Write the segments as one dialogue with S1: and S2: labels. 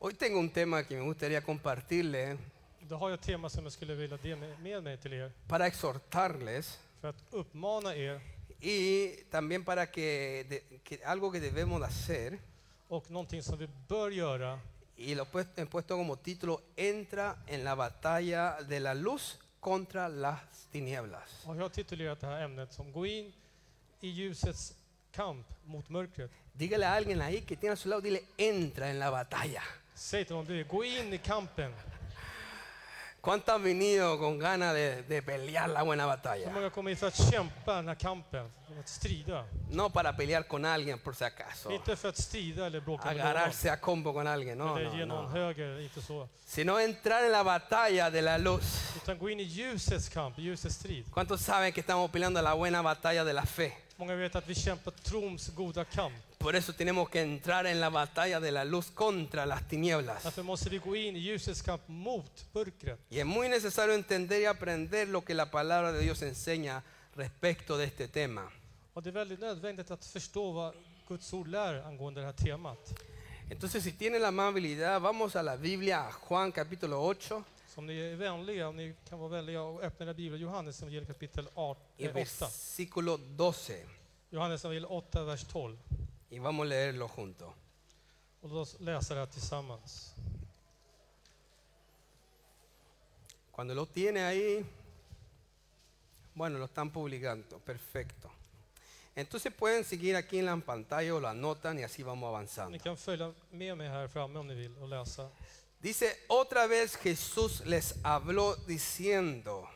S1: Hoy tengo un tema que me gustaría compartirles
S2: Då har jag ett tema som jag skulle vilja dela med mig till er
S1: para exhortarles
S2: för att uppmana er
S1: y también para que, de- que algo que debemos de hacer,
S2: och någonting som vi bör göra
S1: y lo he puest- he puesto como título, entra en la batalla de la luz contra las tinieblas.
S2: har jag titulerat det här ämnet som Gå in i ljusets kamp mot mörkret.
S1: Dígale a alguien ahí que tiene a su lado, dile, entra en la batalla.
S2: Säg till någon bredvid, gå in i kampen.
S1: ¿Cuántos han venido con ganas de, de pelear la buena
S2: Hur
S1: batalla?
S2: många kommer hit för att kämpa den här kampen? Att strida.
S1: No para pelear con alguien, por si acaso.
S2: Inte för att strida eller bråka med någon.
S1: Agarrarse a combo con alguien, no,
S2: Eller ge
S1: no,
S2: någon
S1: no.
S2: höger, inte så.
S1: Sino entrar en la batalla de la luz.
S2: Utan gå in i ljusets kamp, i ljusets strid.
S1: ¿Cuántos saben que estamos peleando la buena batalla de la fe?
S2: Många vet att vi kämpar trons goda kamp.
S1: Por eso tenemos que entrar en la batalla de la luz contra las tinieblas.
S2: Därför måste vi gå in i ljusets kamp mot mörkret.
S1: Y es muy necesario entender y aprender lo que la palabra de Dios enseña respecto de este tema.
S2: Och det är väldigt nödvändigt att förstå vad Guds ord lär angående det här temat.
S1: Entonces, si tiene la amabilidad, vamos a la Biblia, a Juan capítulo 8
S2: Så om ni är vänliga, om ni kan vara vänliga och öppna era biblar, Johannes evangeliet kapitel 8.
S1: y
S2: eh, 8.
S1: versículo 12.
S2: Johannes evangeliet 8, vers 12.
S1: Y vamos a leerlo juntos.
S2: Och låt oss läsa det här tillsammans.
S1: Cuando lo tiene ahí, bueno, lo están publicando, perfecto. Entonces pueden seguir aquí en la pantalla o lo anotan y así vamos
S2: Ni
S1: avanzando.
S2: kan följa med mig här framme om ni vill och läsa.
S1: Dice, otra vez Jesús les habló diciendo,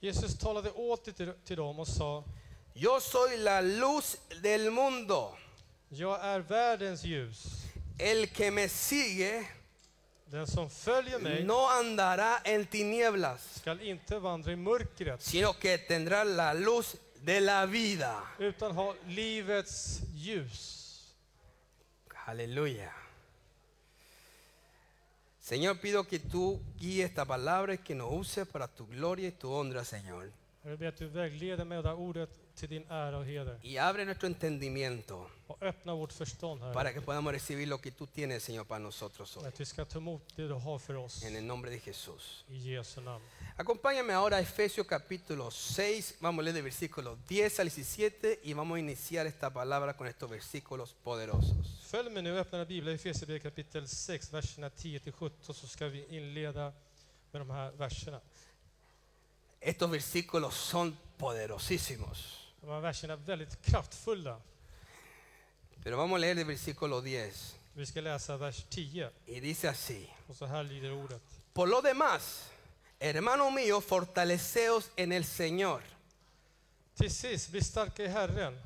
S2: Jesus talade åter till- till dem och sa,
S1: yo soy la luz del mundo,
S2: jag är världens ljus.
S1: el que me sigue
S2: Den som följer mig
S1: no andará en tinieblas,
S2: skall inte vandra i mörkret
S1: sino que tendrá la luz de la vida.
S2: utan ha livets ljus.
S1: Aleluya. Señor, pido que tú guíes esta palabra y que nos uses para tu gloria y tu honra, Señor.
S2: Jag vill be att du vägleder med det här ordet till din ära och heder.
S1: Y abre nuestro entendimiento
S2: Och öppna vårt förstånd, Herre.
S1: para que podamos recibir lo que tú tienes, Señor, para nosotros
S2: Och
S1: hoy.
S2: Att vi ska ta emot det du har för oss.
S1: En el nombre de Jesús.
S2: I Jesu namn.
S1: Acompáñame ahora a Efesios capítulo 6, vamos a leer de versículos 10 al 17 y vamos a iniciar esta palabra con estos versículos poderosos.
S2: Följ med nu och öppna Bibeln i Efesierbrevet kapitel 6, verserna 10-17 så ska vi inleda med de här verserna.
S1: Estos versículos son poderosísimos,
S2: De här verserna är väldigt kraftfulla.
S1: pero vamos a leer de versículo 10
S2: Vi ska läsa vers 10
S1: y dice así,
S2: och så här lyder ordet.
S1: por lo demás, hermano mío, fortaleceos en el Señor
S2: Till sist, bli starka i Herren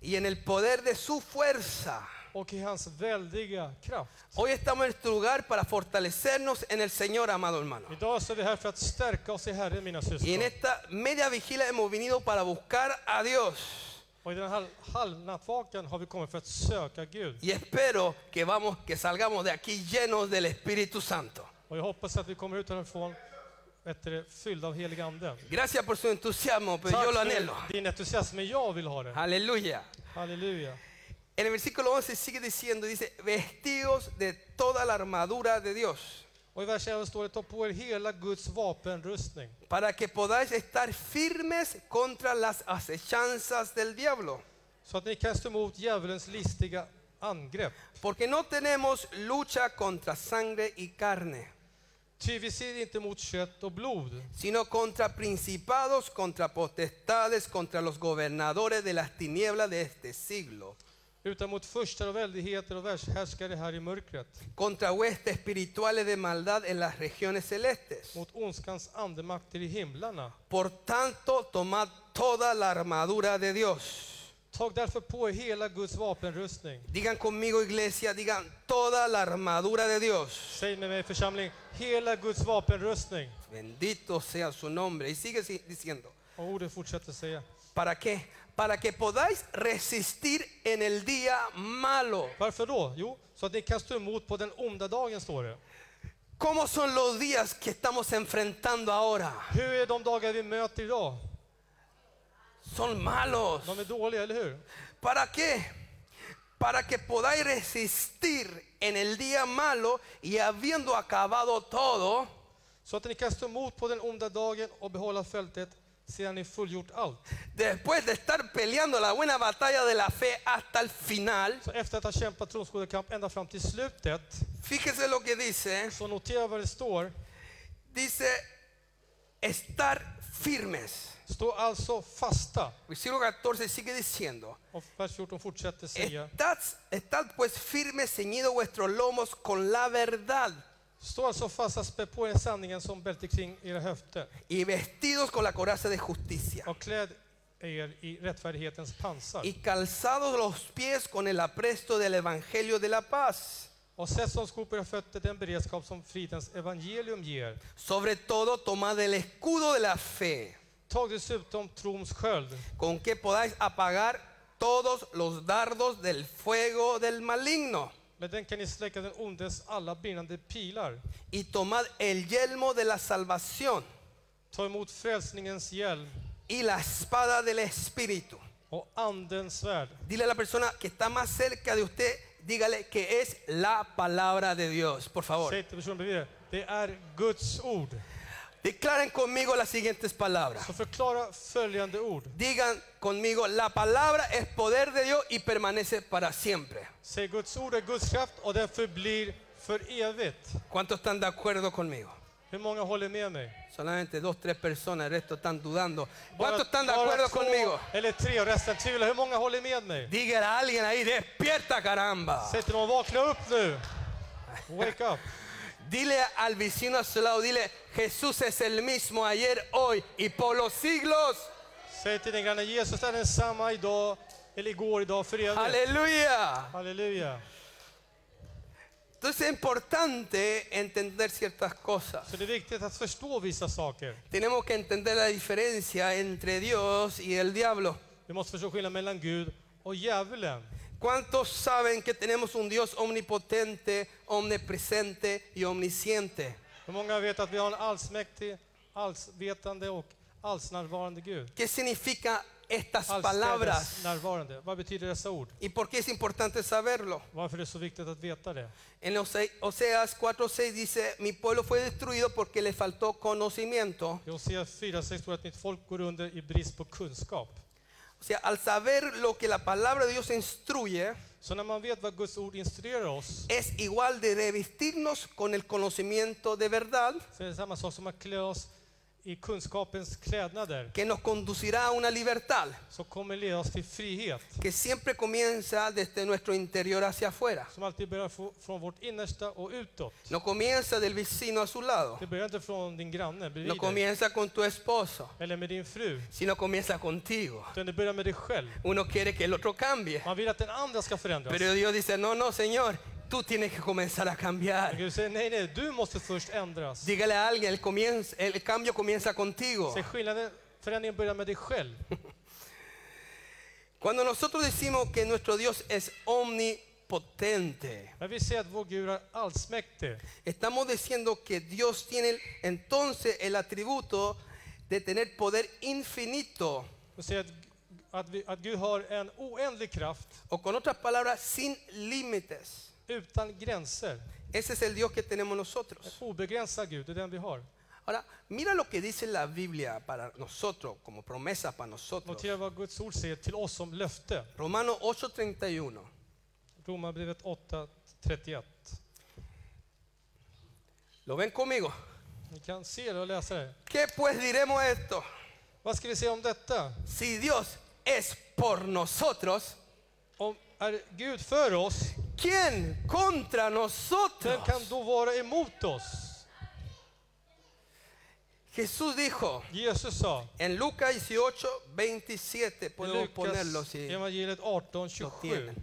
S1: y en el poder de su fuerza.
S2: och i hans väldiga kraft.
S1: Hoy estamos en este lugar para fortalecernos en el Señor, amado hermano.
S2: Idag så är vi här för att stärka oss i Herren, mina
S1: Y en
S2: syskon.
S1: esta media vigila hemos venido para buscar a Dios.
S2: Och i den här halvnattvakan har vi kommit för att söka Gud.
S1: Y espero que, vamos, que salgamos de aquí llenos del Espíritu Santo.
S2: Och jag hoppas att vi kommer ut härifrån vet du, fyllda av helig ande.
S1: Gracias por su entusiasmo, pero yo lo anhelo.
S2: för din entusiasm, men jag vill ha det.
S1: Aleluya.
S2: Halleluja.
S1: En el versículo 11 sigue diciendo, dice, vestidos de toda la armadura de Dios,
S2: Och i vers 11 står det, ta på er hela Guds vapenrustning
S1: para que podáis estar firmes contra las acechanzas del diablo.
S2: så att ni kan stå emot djävulens listiga angrepp.
S1: Porque no tenemos lucha contra sangre y carne,
S2: Ty vi ser inte mot kött och blod,
S1: sino contra principados, contra potestades, contra los gobernadores de las tinieblas de este siglo.
S2: utan mot furstar och väldigheter och världshärskare här i mörkret,
S1: contra huestes espirituales de maldad en las regiones celestes.
S2: mot ondskans andemakter i himlarna.
S1: Por tanto, tomad toda la armadura de Dios.
S2: Tag därför på er hela Guds vapenrustning.
S1: Digan conmigo, iglesia, digan toda la armadura de Dios.
S2: Säg med mig församling, hela Guds vapenrustning.
S1: Bendito sea su nombre. Y sigue si- diciendo,
S2: Och ordet fortsätter säga.
S1: ¿para qué? Para que podáis resistir en el día malo.
S2: Varför då? Jo, så att ni kan stå emot på den onda dagen, står det.
S1: ¿Cómo son los días que estamos enfrentando ahora?
S2: Hur är de dagar vi möter idag?
S1: Son malos.
S2: De är dåliga, eller hur?
S1: ¿Para qué? para que podáis resistir en el día malo y habiendo acabado todo,
S2: Så att ni kan stå emot på den onda dagen och behålla fältet sedan ni fullgjort allt.
S1: después de estar peleando la buena batalla de la fe hasta el final,
S2: Så efter att ha kämpat trons goda kamp ända fram till slutet,
S1: fíjese lo que dice,
S2: så notera vad det står.
S1: dice estar firmes.
S2: Stå alltså fasta.
S1: Versículo 14 sigue diciendo,
S2: Och vers 14 fortsätter säga.
S1: estad, estad pues firmes, ceñido vuestros lomos con la verdad
S2: Stå alltså fasta, spä på er sanningen som bälte kring era höfter
S1: y vestidos con la coraza de justicia.
S2: och kläd er i rättfärdighetens pansar.
S1: y calzados los pies con el apresto del Evangelio de la paz.
S2: Och sätt som skor på era fötter den beredskap som fridens evangelium ger.
S1: Sobre todo, tomad el escudo de la fe,
S2: Tag dessutom trons sköld
S1: con que podáis apagar todos los dardos del fuego del maligno.
S2: Med den kan ni släcka den ondes alla brinnande pilar.
S1: Y tomad el yelmo de la salvación
S2: Ta emot frälsningens hjälm
S1: y la espada del Espíritu.
S2: och andens svärd.
S1: Dile a la persona que está más cerca de usted, dígale que es la palabra de Dios, por favor.
S2: Säg till personen bredvid dig, det är Guds ord.
S1: Declaren conmigo las siguientes palabras.
S2: Så förklara följande ord.
S1: Digan conmigo, la palabra es poder de Dios y permanece para siempre.
S2: Säg Guds ord är Guds kraft och den förblir för evigt.
S1: ¿Cuántos están de acuerdo conmigo?
S2: Hur många håller med mig?
S1: Solamente dos, tres personas, el resto están dudando.
S2: Bara-
S1: ¿Cuántos están de
S2: bara
S1: acuerdo
S2: två
S1: conmigo?
S2: Eller tre och resten tvivlar. Hur många håller med mig?
S1: Diga a alguien ahí, despierta caramba.
S2: Säg till någon, vakna upp nu! Wake up!
S1: Dile al vecino a su lado, dile, Jesús es el mismo ayer, hoy y por los siglos.
S2: Säg till din granne, Jesus är densamma idag, eller igår, idag, för evigt.
S1: Aleluya.
S2: Halleluja!
S1: Entonces es importante entender ciertas cosas.
S2: Så det är viktigt att förstå vissa saker.
S1: Tenemos que entender la diferencia entre Dios y el diablo.
S2: Vi måste förstå skillnaden mellan Gud och djävulen.
S1: ¿Cuántos saben que tenemos un Dios omnipotente, omnipresente y omnisciente?
S2: Hur många vet att vi har en allsmäktig, allsvetande och allsnärvarande Gud?
S1: ¿Qué significa estas palabras?
S2: Allstädes närvarande. Vad betyder dessa ord?
S1: ¿Y por qué es importante saberlo?
S2: Varför är det så viktigt att veta det?
S1: En Ose- Oseas 4:6 dice, mi pueblo fue destruido porque le faltó conocimiento.
S2: I Hosea 4.6 står att mitt folk går under i brist på kunskap.
S1: O sea, al saber lo que la palabra de Dios instruye,
S2: Så när man vet vad Guds ord instruerar oss,
S1: es igual de revestirnos con el conocimiento de verdad
S2: så är det samma sak som att klä oss i kunskapens klädnader,
S1: que nos conducirá a una libertad
S2: som kommer leda oss till frihet,
S1: que siempre comienza desde nuestro interior hacia afuera.
S2: som alltid börjar få- från vårt innersta och utåt.
S1: No comienza del vecino a su lado.
S2: Det börjar inte från din granne
S1: No
S2: bredvid dig,
S1: comienza con tu esposo,
S2: eller med din fru,
S1: sino comienza contigo.
S2: utan det börjar med dig själv.
S1: Uno quiere que el otro cambie,
S2: Man vill att den andra ska förändras.
S1: pero Dios dice, no, no, Señor, tú tienes que comenzar a
S2: Men
S1: cambiar.
S2: Gud säger nej, nej, du måste först ändras.
S1: Dígale a alguien, el, comienzo- el cambio comienza contigo.
S2: Se skillnaden, förändringen börjar med dig själv.
S1: Cuando nosotros decimos que nuestro Dios es omnipotente,
S2: När vi säger att vår Gud är allsmäktig,
S1: estamos diciendo que Dios tiene el- entonces el atributo de tener poder infinito,
S2: då säger jag att, att, vi, att Gud har en oändlig kraft
S1: o con otras palabras, sin límites.
S2: utan gränser.
S1: Ese es el Dios que tenemos
S2: En
S1: nosotros.
S2: obegränsad Gud, det är den vi har.
S1: Ahora, mira lo que dice la Biblia para nosotros, como promesa para nosotros.
S2: Notera vad Guds ord säger till oss som löfte.
S1: Romanos 8:31.
S2: Romarbrevet 8.31.
S1: ¿Lo ven conmigo?
S2: Ni kan se det och läsa det.
S1: ¿Qué pues diremos a esto?
S2: Vad ska vi säga om detta?
S1: Si Dios es por nosotros,
S2: Om är Gud för oss,
S1: ¿quién contra
S2: vem
S1: nosotros?
S2: kan då vara emot oss?
S1: Jesús dijo
S2: Jesus sa,
S1: en Lucas 18, 27, podemos ponerlo
S2: Lukas
S1: si
S2: evangeliet 18,
S1: lo
S2: 27.
S1: tienen.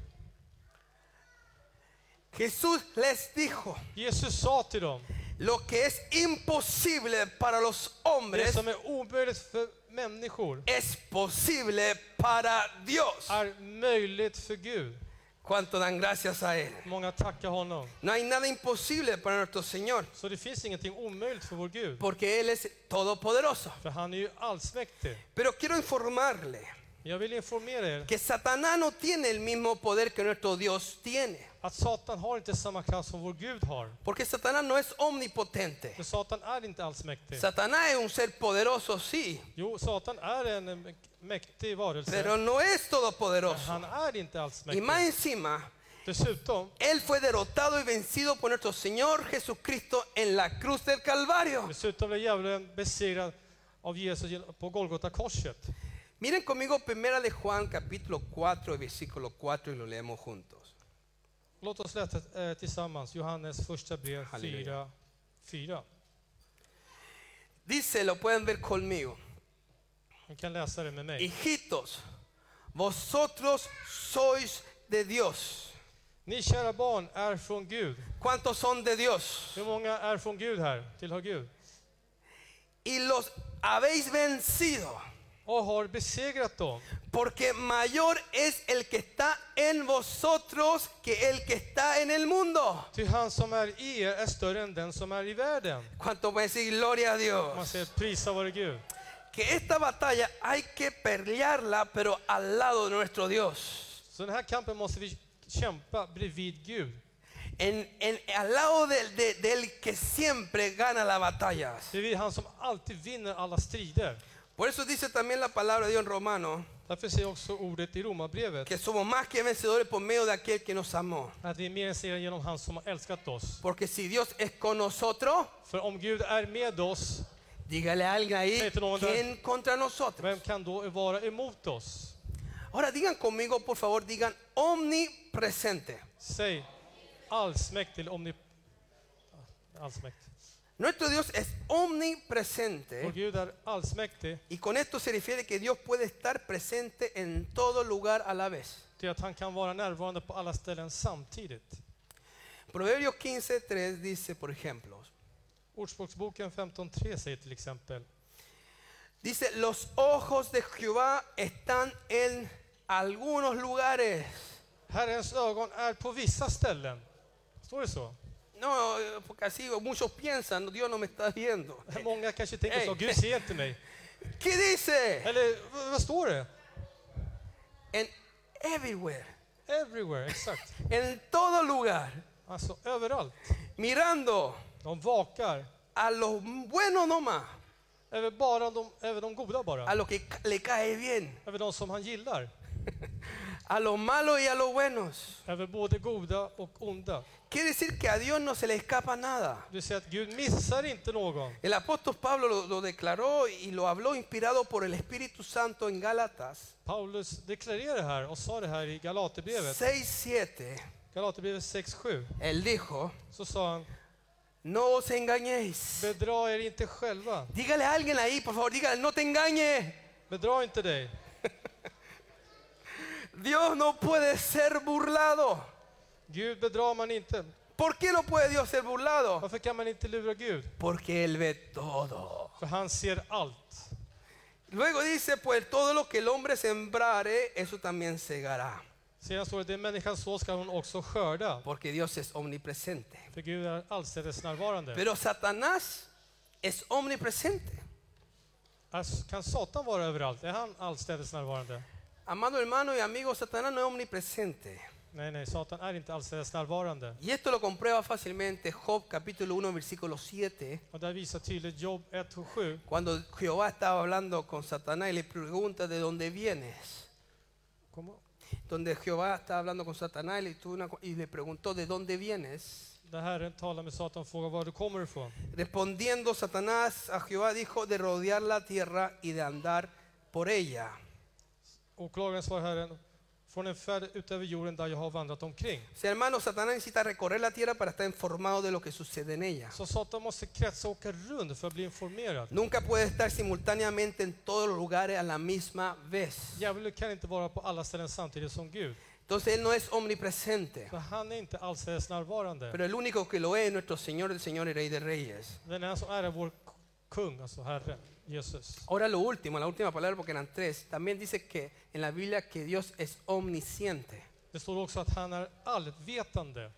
S1: Jesús les dijo,
S2: Jesus sa till dem,
S1: Lo que es imposible para los
S2: det
S1: hombres
S2: som är omöjligt för människor
S1: es posible para Dios.
S2: är möjligt för Gud.
S1: ¿Cuánto dan gracias a Él?
S2: Många tackar honom.
S1: No hay nada imposible para nuestro Señor,
S2: Så det finns ingenting omöjligt för vår Gud,
S1: porque Él es todopoderoso.
S2: för han är ju allsmäktig.
S1: Pero quiero informarle
S2: Men jag vill informera er
S1: que Satanás no tiene el mismo poder que nuestro Dios tiene.
S2: att Satan har inte samma kraft som vår Gud har.
S1: Porque Satanás no es omnipotente.
S2: För Satan är inte allsmäktig.
S1: Satanás es un ser poderoso, sí,
S2: Jo, Satan är en eh, mäktig
S1: pero
S2: varelse,
S1: no es
S2: men
S1: todopoderoso.
S2: han är inte
S1: Y más
S2: allsmäktig.
S1: encima,
S2: Dessutom,
S1: Él fue derrotado y vencido por nuestro Señor Jesucristo en la cruz del Calvario.
S2: dessutom blev djävulen besegrad av Jesus genom- på Golgata korset.
S1: Miren conmigo primera de Juan capítulo 4, versículo 4 y lo leemos juntos.
S2: Låt oss läsa eh, tillsammans Johannes första brev
S1: Halleluja.
S2: 4. 4.
S1: Dice, lo pueden ver conmigo.
S2: Ni kan läsa det med mig.
S1: Hijitos, vosotros sois de Dios.
S2: Ni kära barn är från Gud.
S1: ¿Cuántos son de Dios?
S2: Hur många är från Gud här? Tillhör Gud.
S1: Y los habéis vencido,
S2: Och har besegrat dem.
S1: porque mayor es el que está en vosotros que el que está en el mundo.
S2: Ty han som är i er är större än den som är i världen.
S1: ¿Cuánto pueden decir gloria a
S2: Man
S1: Dios?
S2: säger prisa vare Gud.
S1: Que esta batalla hay que pelearla, pero al lado de nuestro Dios.
S2: Så den här kampen måste vi kämpa bredvid Gud.
S1: En, en- al lado del, de- del que siempre gana las batallas.
S2: Bredvid han som alltid vinner alla strider.
S1: Por eso dice también la palabra de Dios en Romano.
S2: Därför säger också ordet i Romarbrevet
S1: que somos más que vencedores por medio de aquel que nos amó.
S2: att vi är mer än segrare genom han som har älskat oss.
S1: Porque si Dios es con nosotros,
S2: För om Gud är med oss,
S1: dígale a alguien ahí,
S2: Espíritu Santo.
S1: ¿quién contra nosotros?
S2: vem kan då vara emot oss?
S1: Ahora digan conmigo, por favor, digan omnipresente.
S2: Säg allsmäktig om ni... Allsmäktig.
S1: Nuestro Dios es
S2: Vår
S1: omnipresente.
S2: Gud är allsmäktig
S1: Y con esto se refiere que Dios puede estar presente en todo lugar a la vez.
S2: till att han kan vara närvarande på alla ställen samtidigt.
S1: Proverbios 15.3 dice, por ejemplo,
S2: Ordspråksboken 15.3 säger till exempel
S1: dice, los ojos de Jehová están en algunos lugares.
S2: Herrens ögon är på vissa ställen. Står det så?
S1: No, eh, porque así muchos piensan, "No, Dios no me está viendo.
S2: Många kanske tänker så,
S1: Hey.
S2: Gud ser inte mig.
S1: ¿Qué dice?
S2: Eller v- vad står det?
S1: En everywhere,
S2: Everywhere, exakt.
S1: en todo lugar,
S2: Alltså överallt.
S1: mirando
S2: De vakar.
S1: a los buenos nomás,
S2: Över, bara de, över de goda bara.
S1: a los que ca- le cae bien,
S2: Över de som han gillar.
S1: a los malos y a los buenos.
S2: Över både goda och onda.
S1: Quiere decir que a Dios no se le escapa nada.
S2: Du ser att Gud missar inte någon.
S1: El apóstol Pablo lo, lo declaró y lo habló inspirado por el Espíritu Santo en Gálatas
S2: Paulus deklarerar det här och sa det här i Galaterbrevet.
S1: 6:7.
S2: Galaterbrevet 6.7.
S1: Él dijo:
S2: Så sa han,
S1: No os engañéis.
S2: bedra er inte själva.
S1: Dígale a alguien ahí, por favor, dígale: No te engañes.
S2: Bedra inte dig.
S1: Dios no puede ser burlado.
S2: Gud bedrar man inte.
S1: ¿Por qué no puede Dios ser burlado?
S2: Varför kan man inte lura Gud?
S1: Porque Él ve todo.
S2: För han ser allt.
S1: Luego dice, pues todo lo que el hombre sembrare, eso también segará.
S2: Sedan står det, det människan så ska hon också skörda.
S1: Porque Dios es omnipresente.
S2: För Gud är allstädes närvarande.
S1: Pero Satanás es omnipresente.
S2: Alltså, Kan Satan vara överallt? Är han allstädes närvarande?
S1: Amado hermano y amigo, Satanás no es omnipresente.
S2: Nej, nej, Satan är inte allstädes närvarande.
S1: Y esto lo comprueba fácilmente Job capítulo 1, versículo 7.
S2: Och där visar tydligt Job 1 och 7.
S1: Cuando Jehová estaba hablando con Satanás y le pregunta de dónde vienes.
S2: Kom ihåg.
S1: donde Jehová estaba hablando con Satanás y le, tuvo una co- y le preguntó de dónde vienes.
S2: Där Herren talar med Satan och frågar var du kommer ifrån.
S1: Respondiendo Satanás a Jehová dijo de rodear la tierra y de andar por ella.
S2: Åklagaren svarar Herren, från en färd utöver jorden där jag har vandrat omkring.
S1: O sea, hermano, Satanás necesita recorrer la tierra para estar informado de lo que sucede en ella.
S2: Så Satan måste kretsa och åka runt för att bli informerad.
S1: Nunca puede estar simultáneamente en todos los lugares a la misma vez.
S2: Djävulen kan inte vara på alla ställen samtidigt som Gud.
S1: Entonces Él no es omnipresente,
S2: För han är inte allstädes närvarande.
S1: pero el único que lo es es nuestro Señor, el Señor y Rey de Reyes.
S2: Den enda som är är vår kung, alltså Herre, Jesus.
S1: Ahora lo último, la última palabra porque eran tres, también dice que en la Biblia que Dios es omnisciente.
S2: Det står också att han är allvetande.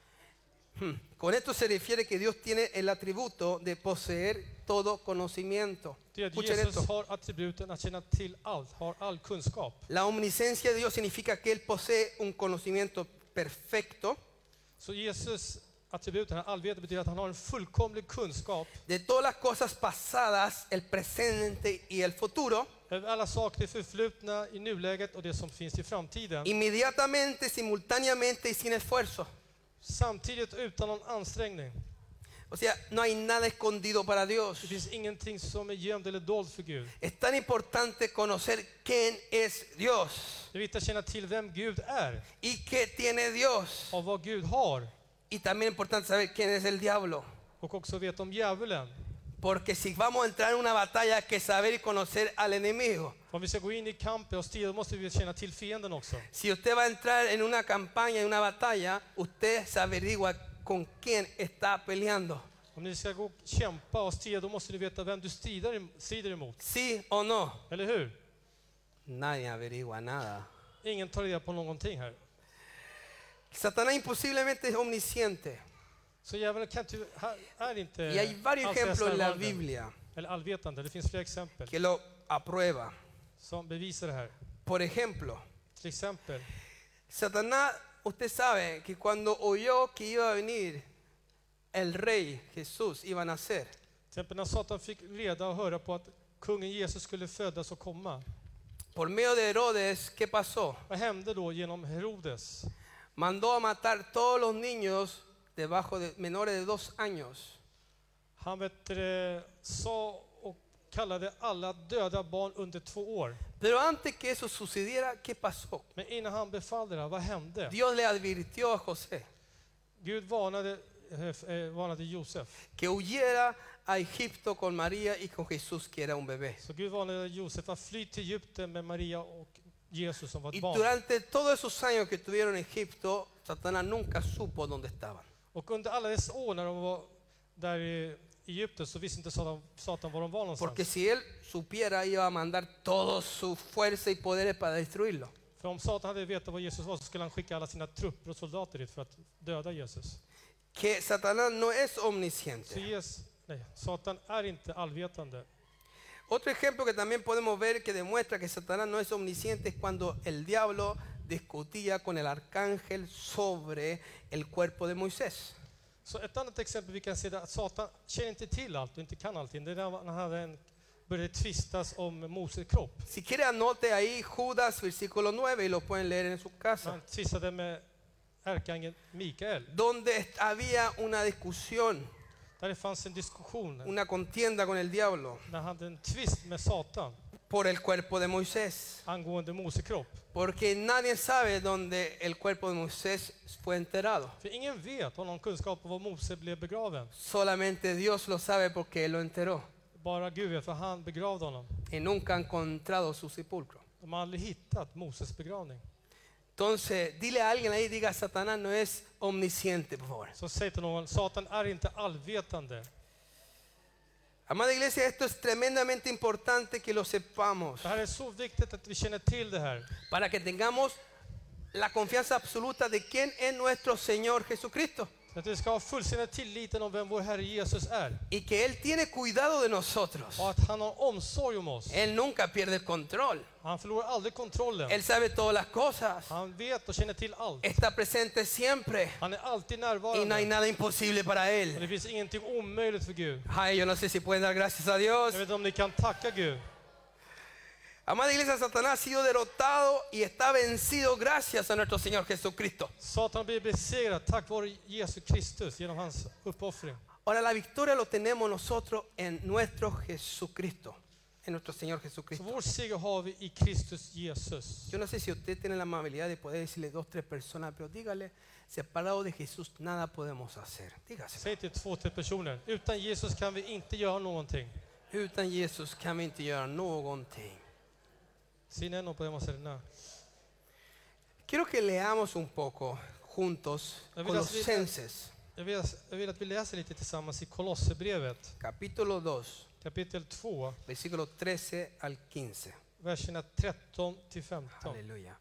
S1: Con esto se refiere que Dios tiene el atributo de poseer todo conocimiento.
S2: Det är att
S1: Escuchen
S2: Jesus
S1: esto.
S2: har attributen att känna till allt, har all kunskap.
S1: La omnisciencia de Dios significa que Él posee un conocimiento perfecto
S2: Så Jesus attributen, här, allvete, betyder att han har en fullkomlig kunskap
S1: de todas las cosas pasadas, el presente y el futuro.
S2: över alla saker, det förflutna, i nuläget och det som finns i framtiden.
S1: Inmediatamente, simultáneamente y sin esfuerzo.
S2: Samtidigt utan någon ansträngning.
S1: O sea, no hay nada escondido para Dios.
S2: Det finns ingenting som är gömd eller dold för Gud.
S1: Es tan importante conocer quién es Dios
S2: Det är viktigt att känna till vem Gud är
S1: y qué tiene Dios.
S2: och vad Gud har.
S1: Y también es importante saber quién es el diablo.
S2: Och också veta om djävulen.
S1: Porque si vamos a entrar en una batalla hay que saber y conocer al enemigo.
S2: Om vi ska gå in i kampen och strida måste vi känna till fienden också.
S1: Si usted va a entrar en una campaña, en una batalla, usted se averigua con quién está peleando.
S2: Om ni ska gå och kämpa och strida, då måste ni veta vem du strider, em- strider emot.
S1: ¿Sí o no?
S2: Eller hur?
S1: Nadie averigua nada.
S2: Ingen tar reda på någonting här.
S1: Satanás imposiblemente es omnisciente.
S2: Så djävulen kan inte, här är inte
S1: Y hay varios ejemplos en la
S2: allsmäktarvarande.
S1: Biblia
S2: Eller allvetande, det finns flera exempel
S1: que lo aprueba.
S2: som bevisar det här.
S1: Por ejemplo,
S2: Till exempel,
S1: Satanás, usted sabe que cuando oyó que iba a venir el rey Jesús, iba a nacer,
S2: till exempel när Satan fick reda och höra på att kungen Jesus skulle födas och komma.
S1: por medio de Herodes, ¿qué pasó?
S2: Vad hände då genom Herodes?
S1: Mandó a matar todos los niños debajo de menores de dos años.
S2: Han vet, du det, sa och kallade alla döda barn under två år.
S1: Pero antes que eso sucediera, ¿qué pasó?
S2: Men innan han befallde det, här, vad hände?
S1: Dios le advirtió a José
S2: Gud varnade, eh, eh, varnade Josef.
S1: que huyera a Egipto con María y con Jesús, que era un bebé.
S2: Så Gud varnade Josef att fly till Egypten med Maria och Jesus som var
S1: Y
S2: ett barn.
S1: durante todos esos años que tuvieron en Egipto, Satanás nunca supo dónde estaban.
S2: Och under alla dessa år när de var där i Egypten så visste inte Satan, Satan var de var
S1: Porque
S2: någonstans.
S1: si él supiera, iba a mandar toda su fuerza y poderes para destruirlo.
S2: För om Satan hade vetat var Jesus var så skulle han skicka alla sina trupper och soldater dit för att döda Jesus.
S1: Que Satanás no es
S2: Så
S1: omnisciente.
S2: Jesus, nej, Satan är inte allvetande.
S1: Otro ejemplo que también podemos ver que demuestra que Satanás no es omnisciente es cuando el diablo discutía con el arcángel sobre el cuerpo de Moisés.
S2: Så ett annat exempel vi kan se där att Satan känner inte till allt och inte kan allting. Det är när han hade en, började tvistas om Moses kropp.
S1: Si quiere anote ahí Judas versículo 9 y lo pueden leer en su casa.
S2: Han tvistade med ärkeangeln Mikael.
S1: Donde había una discusión,
S2: Där det fanns en diskussion
S1: una contienda con el diablo
S2: när han hade en tvist med Satan
S1: por el cuerpo de Moisés.
S2: angående Mose kropp.
S1: Porque nadie sabe dónde el cuerpo de Moisés fue enterrado.
S2: För ingen vet, har någon kunskap om var Mose blev begraven.
S1: Solamente Dios lo sabe porque Él lo enteró.
S2: Bara Gud vet, för han begravde honom.
S1: Y nunca ha encontrado su sepulcro.
S2: De har aldrig hittat Moses begravning.
S1: Entonces, dile a alguien ahí, diga, Satanás no es omnisciente, por favor.
S2: Så säg till någon, Satan är inte allvetande.
S1: Amada iglesia, esto es tremendamente importante que lo sepamos.
S2: Det här är så viktigt att vi känner till det här.
S1: Para que tengamos la confianza absoluta de quién es nuestro Señor Jesucristo.
S2: Att vi ska ha fullständig tilliten om vem vår Herre Jesus är.
S1: Y que Él tiene cuidado de nosotros.
S2: Och att han har omsorg om oss.
S1: Él nunca pierde el control.
S2: Han förlorar aldrig kontrollen.
S1: Él sabe todas las cosas.
S2: Han vet och känner till allt.
S1: Está presente siempre.
S2: Han är alltid
S1: Y no hay
S2: närvarande.
S1: nada imposible para
S2: Och
S1: Él.
S2: det finns ingenting omöjligt för Gud.
S1: Ay, yo no sé si pueden dar gracias a Dios.
S2: Jag vet inte om ni kan tacka Gud.
S1: Amada iglesia, Satanás ha sido derrotado y está vencido gracias a nuestro Señor Jesucristo.
S2: Satan blir besegrad tack vare Jesus Kristus genom hans uppoffring.
S1: Ahora la victoria lo tenemos nosotros en nuestro Jesucristo, en nuestro Señor
S2: Så
S1: Jesucristo.
S2: vår seger har vi i Kristus Jesus.
S1: Yo no sé si usted tiene la amabilidad de poder decirle dos, tres personas, pero dígale, separado de Jesús nada podemos hacer. Dígase,
S2: Säg till två, tre personer. Utan Jesus kan vi inte göra någonting.
S1: utan Jesús kan vi inte göra någonting.
S2: Sin en och på dem serna.
S1: Quiero que leamos un poco juntos
S2: La Biblia es-
S1: Colosenses,
S2: Jag vill, jag vill att vi läser lite tillsammans i Kolosserbrevet
S1: capítulo 2,
S2: kapitel 2,
S1: versículo 13 al 15.
S2: verserna 13 till 15.
S1: Aleluya.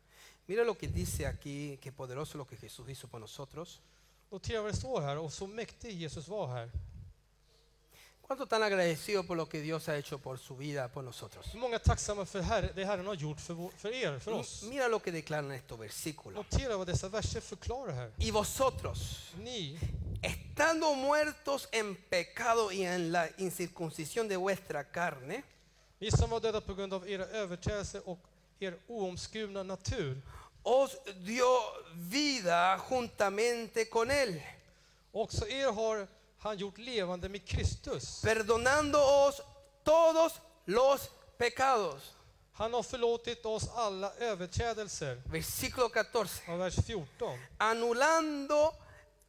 S1: Mira lo que dice aquí, qué poderoso lo que Jesús hizo por nosotros.
S2: Notera vad det står här, och så mäktig Jesus var här.
S1: ¿Cuánto están agradecidos por lo que Dios ha hecho por su vida, por nosotros?
S2: Hur många är tacksamma för herre, det Herren har gjort för, vår, för er, för oss?
S1: M- Mira lo que declaran estos versículos.
S2: Notera vad dessa verser förklarar här.
S1: Y vosotros,
S2: Ni,
S1: estando muertos en pecado y en la incircuncisión de vuestra carne,
S2: ni som var döda på grund av era överträdelser och er oomskurna natur,
S1: os dio vida juntamente con él,
S2: också er har han gjort levande med Kristus.
S1: perdonándoos todos los pecados.
S2: Han har förlåtit oss alla överträdelser.
S1: Versículo 14.
S2: Av vers 14.
S1: Anulando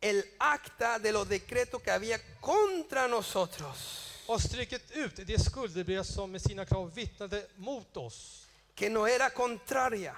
S1: el acta de los decretos que había contra nosotros,
S2: Och strykit ut det skuldebrev som med sina krav vittnade mot oss.
S1: que no era contraria.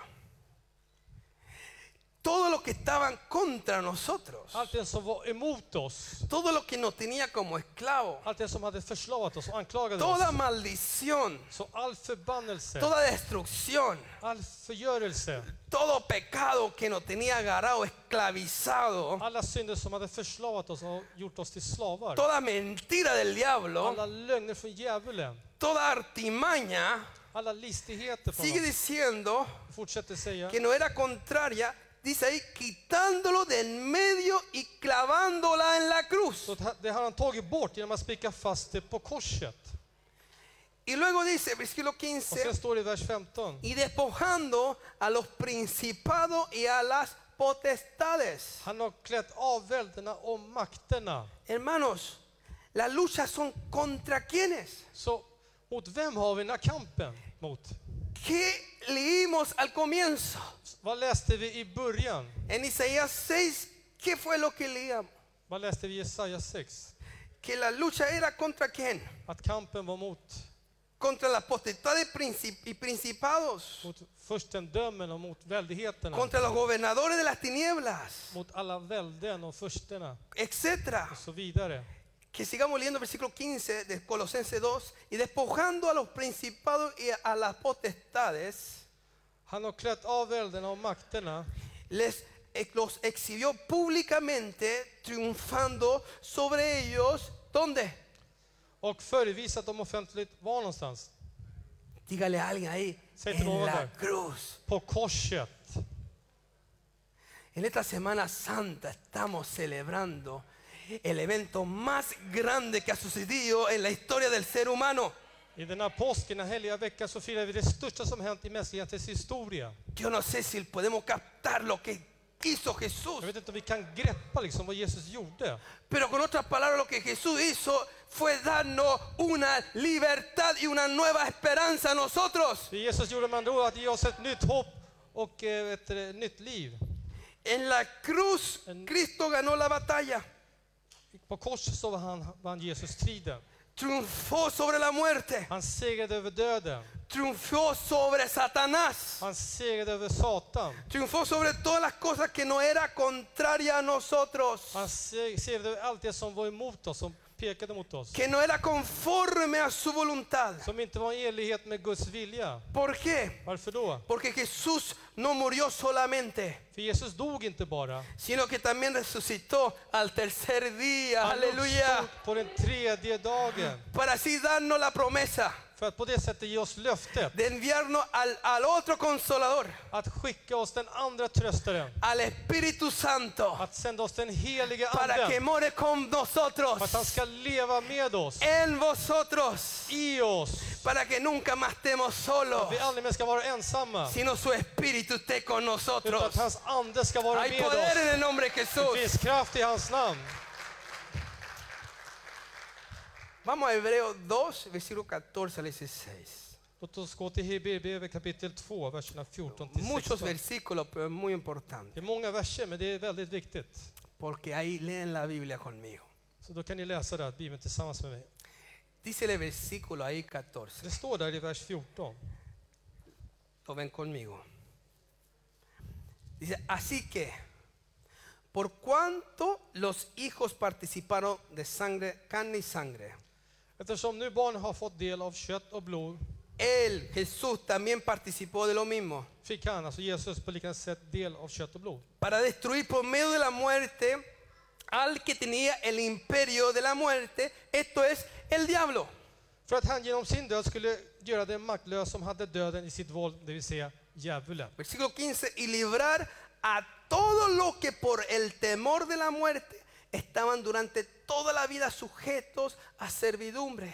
S1: Todo lo que estaban contra nosotros,
S2: Allt det som var emot oss.
S1: todo lo que nos tenía como esclavos,
S2: Allt det som hade förslavat oss och anklagade oss.
S1: toda maldición,
S2: Så all förbannelse,
S1: toda destrucción,
S2: all förgörelse,
S1: todo pecado que nos tenía agarrado, esclavizado,
S2: alla synder som hade förslavat oss och gjort oss till slavar.
S1: toda mentira del diablo,
S2: Alla lögner från djävulen,
S1: toda artimaña,
S2: alla listigheter från
S1: sigue
S2: oss.
S1: diciendo
S2: Fortsätter säga.
S1: que no era contraria, dice ahí, quitándolo del medio y clavándola en la cruz.
S2: Så det har han tagit bort genom att spika fast det på korset.
S1: Y luego dice, versículo
S2: Och sen
S1: 15,
S2: står det i vers 15.
S1: y despojando a los principados y a las potestades.
S2: Han har klätt av välderna och makterna.
S1: Hermanos, las luchas son contra quienes.
S2: Så mot vem har vi den här kampen? Mot?
S1: ¿Qué leímos al comienzo?
S2: Vad läste vi i början?
S1: En Isaías 6, ¿qué fue lo que leíamos?
S2: Vad läste vi i Jesaja 6?
S1: Que la lucha era contra quién?
S2: Att kampen var mot,
S1: Contra las potestades princip- y principados.
S2: mot furstendömen och mot väldigheterna.
S1: contra los gobernadores de las tinieblas,
S2: Mot alla välden och fursterna
S1: etcétera.
S2: och så vidare.
S1: Que sigamos leyendo versículo 15 de Colosenses 2 y despojando a los principados y a las potestades,
S2: Han har klätt av välderna och makterna.
S1: les eh, los exhibió públicamente triunfando sobre ellos. ¿Dónde?
S2: och förevisat dem offentligt var någonstans?
S1: Dígale a alguien ahí
S2: Sí, te
S1: en la
S2: puedo mandar.
S1: cruz.
S2: På korset.
S1: En esta Semana Santa estamos celebrando el evento más grande que ha sucedido en la historia del ser humano.
S2: I den här påsken, den här heliga veckan, så firar vi det största som hänt i mänsklighetens historia.
S1: Yo no sé si podemos captar lo que hizo Jesús,
S2: Jag vet inte om vi kan greppa liksom vad Jesus gjorde.
S1: pero con otras palabras lo que Jesús hizo fue darnos una libertad y una nueva esperanza a nosotros.
S2: Det Jesus gjorde med andra ord att ge oss ett nytt hopp och eh, ett eh, nytt liv.
S1: En la cruz Cristo ganó la batalla,
S2: På korset så vann, vann Jesus striden.
S1: triunfó sobre la muerte,
S2: Han segrade över döden.
S1: triunfó sobre Satanás,
S2: Han segrade över Satan.
S1: triunfó sobre todas las cosas que no era contraria a nosotros,
S2: Han se- segrade över allt det som var emot oss, som pekade mot oss.
S1: que no era conforme a su voluntad.
S2: Som inte var i enlighet med Guds vilja.
S1: ¿Por qué?
S2: Varför då?
S1: Porque Jesús no murió solamente.
S2: För Jesus dog inte bara.
S1: sino que también resucitó al tercer día,
S2: Han
S1: aleluya,
S2: uppstod på den tredje dagen.
S1: para así darnos la promesa
S2: För att på det sättet ge oss löftet
S1: de enviarnos al, al otro consolador,
S2: att skicka oss den andra tröstaren.
S1: al Espíritu Santo,
S2: Att sända oss den helige
S1: para que
S2: Anden.
S1: more con
S2: För att han
S1: nosotros,
S2: ska leva med oss,
S1: en vosotros,
S2: i oss.
S1: para que nunca más estemos solos,
S2: Vi aldrig mer ska vara ensamma.
S1: sino su Espíritu esté con
S2: Utan
S1: nosotros.
S2: att hans ande ska vara
S1: Hay
S2: med
S1: poder
S2: oss.
S1: en el nombre de
S2: Det
S1: Jesús.
S2: finns kraft i hans namn.
S1: Vamos a Hebreos 2, versículo 14 al 16.
S2: Låt oss gå till Hebreerbrevet kapitel 2, verserna 14 till
S1: Muchos
S2: 16.
S1: versículos, pero es muy importante.
S2: Det är många verser, men det är väldigt viktigt.
S1: Porque ahí leen la Biblia conmigo.
S2: Så då kan ni läsa det här, Bibeln tillsammans med mig.
S1: Dice el versículo ahí 14.
S2: Det står där i vers 14.
S1: Lo ven conmigo. Dice, así que, por cuanto los hijos participaron de sangre, carne y sangre,
S2: Eftersom nu barn har fått del av kött och blod
S1: él, Jesús, también participó de lo mismo,
S2: fick han, alltså Jesus, på liknande sätt del av kött och blod.
S1: para destruir por medio de la muerte al que tenía el imperio de la muerte, esto es el diablo.
S2: För att han genom sin död skulle göra den maktlös som hade döden i sitt våld, det vill säga djävulen.
S1: Versículo 15, y librar a todos los que por el temor de la muerte estaban durante toda la vida sujetos a servidumbre.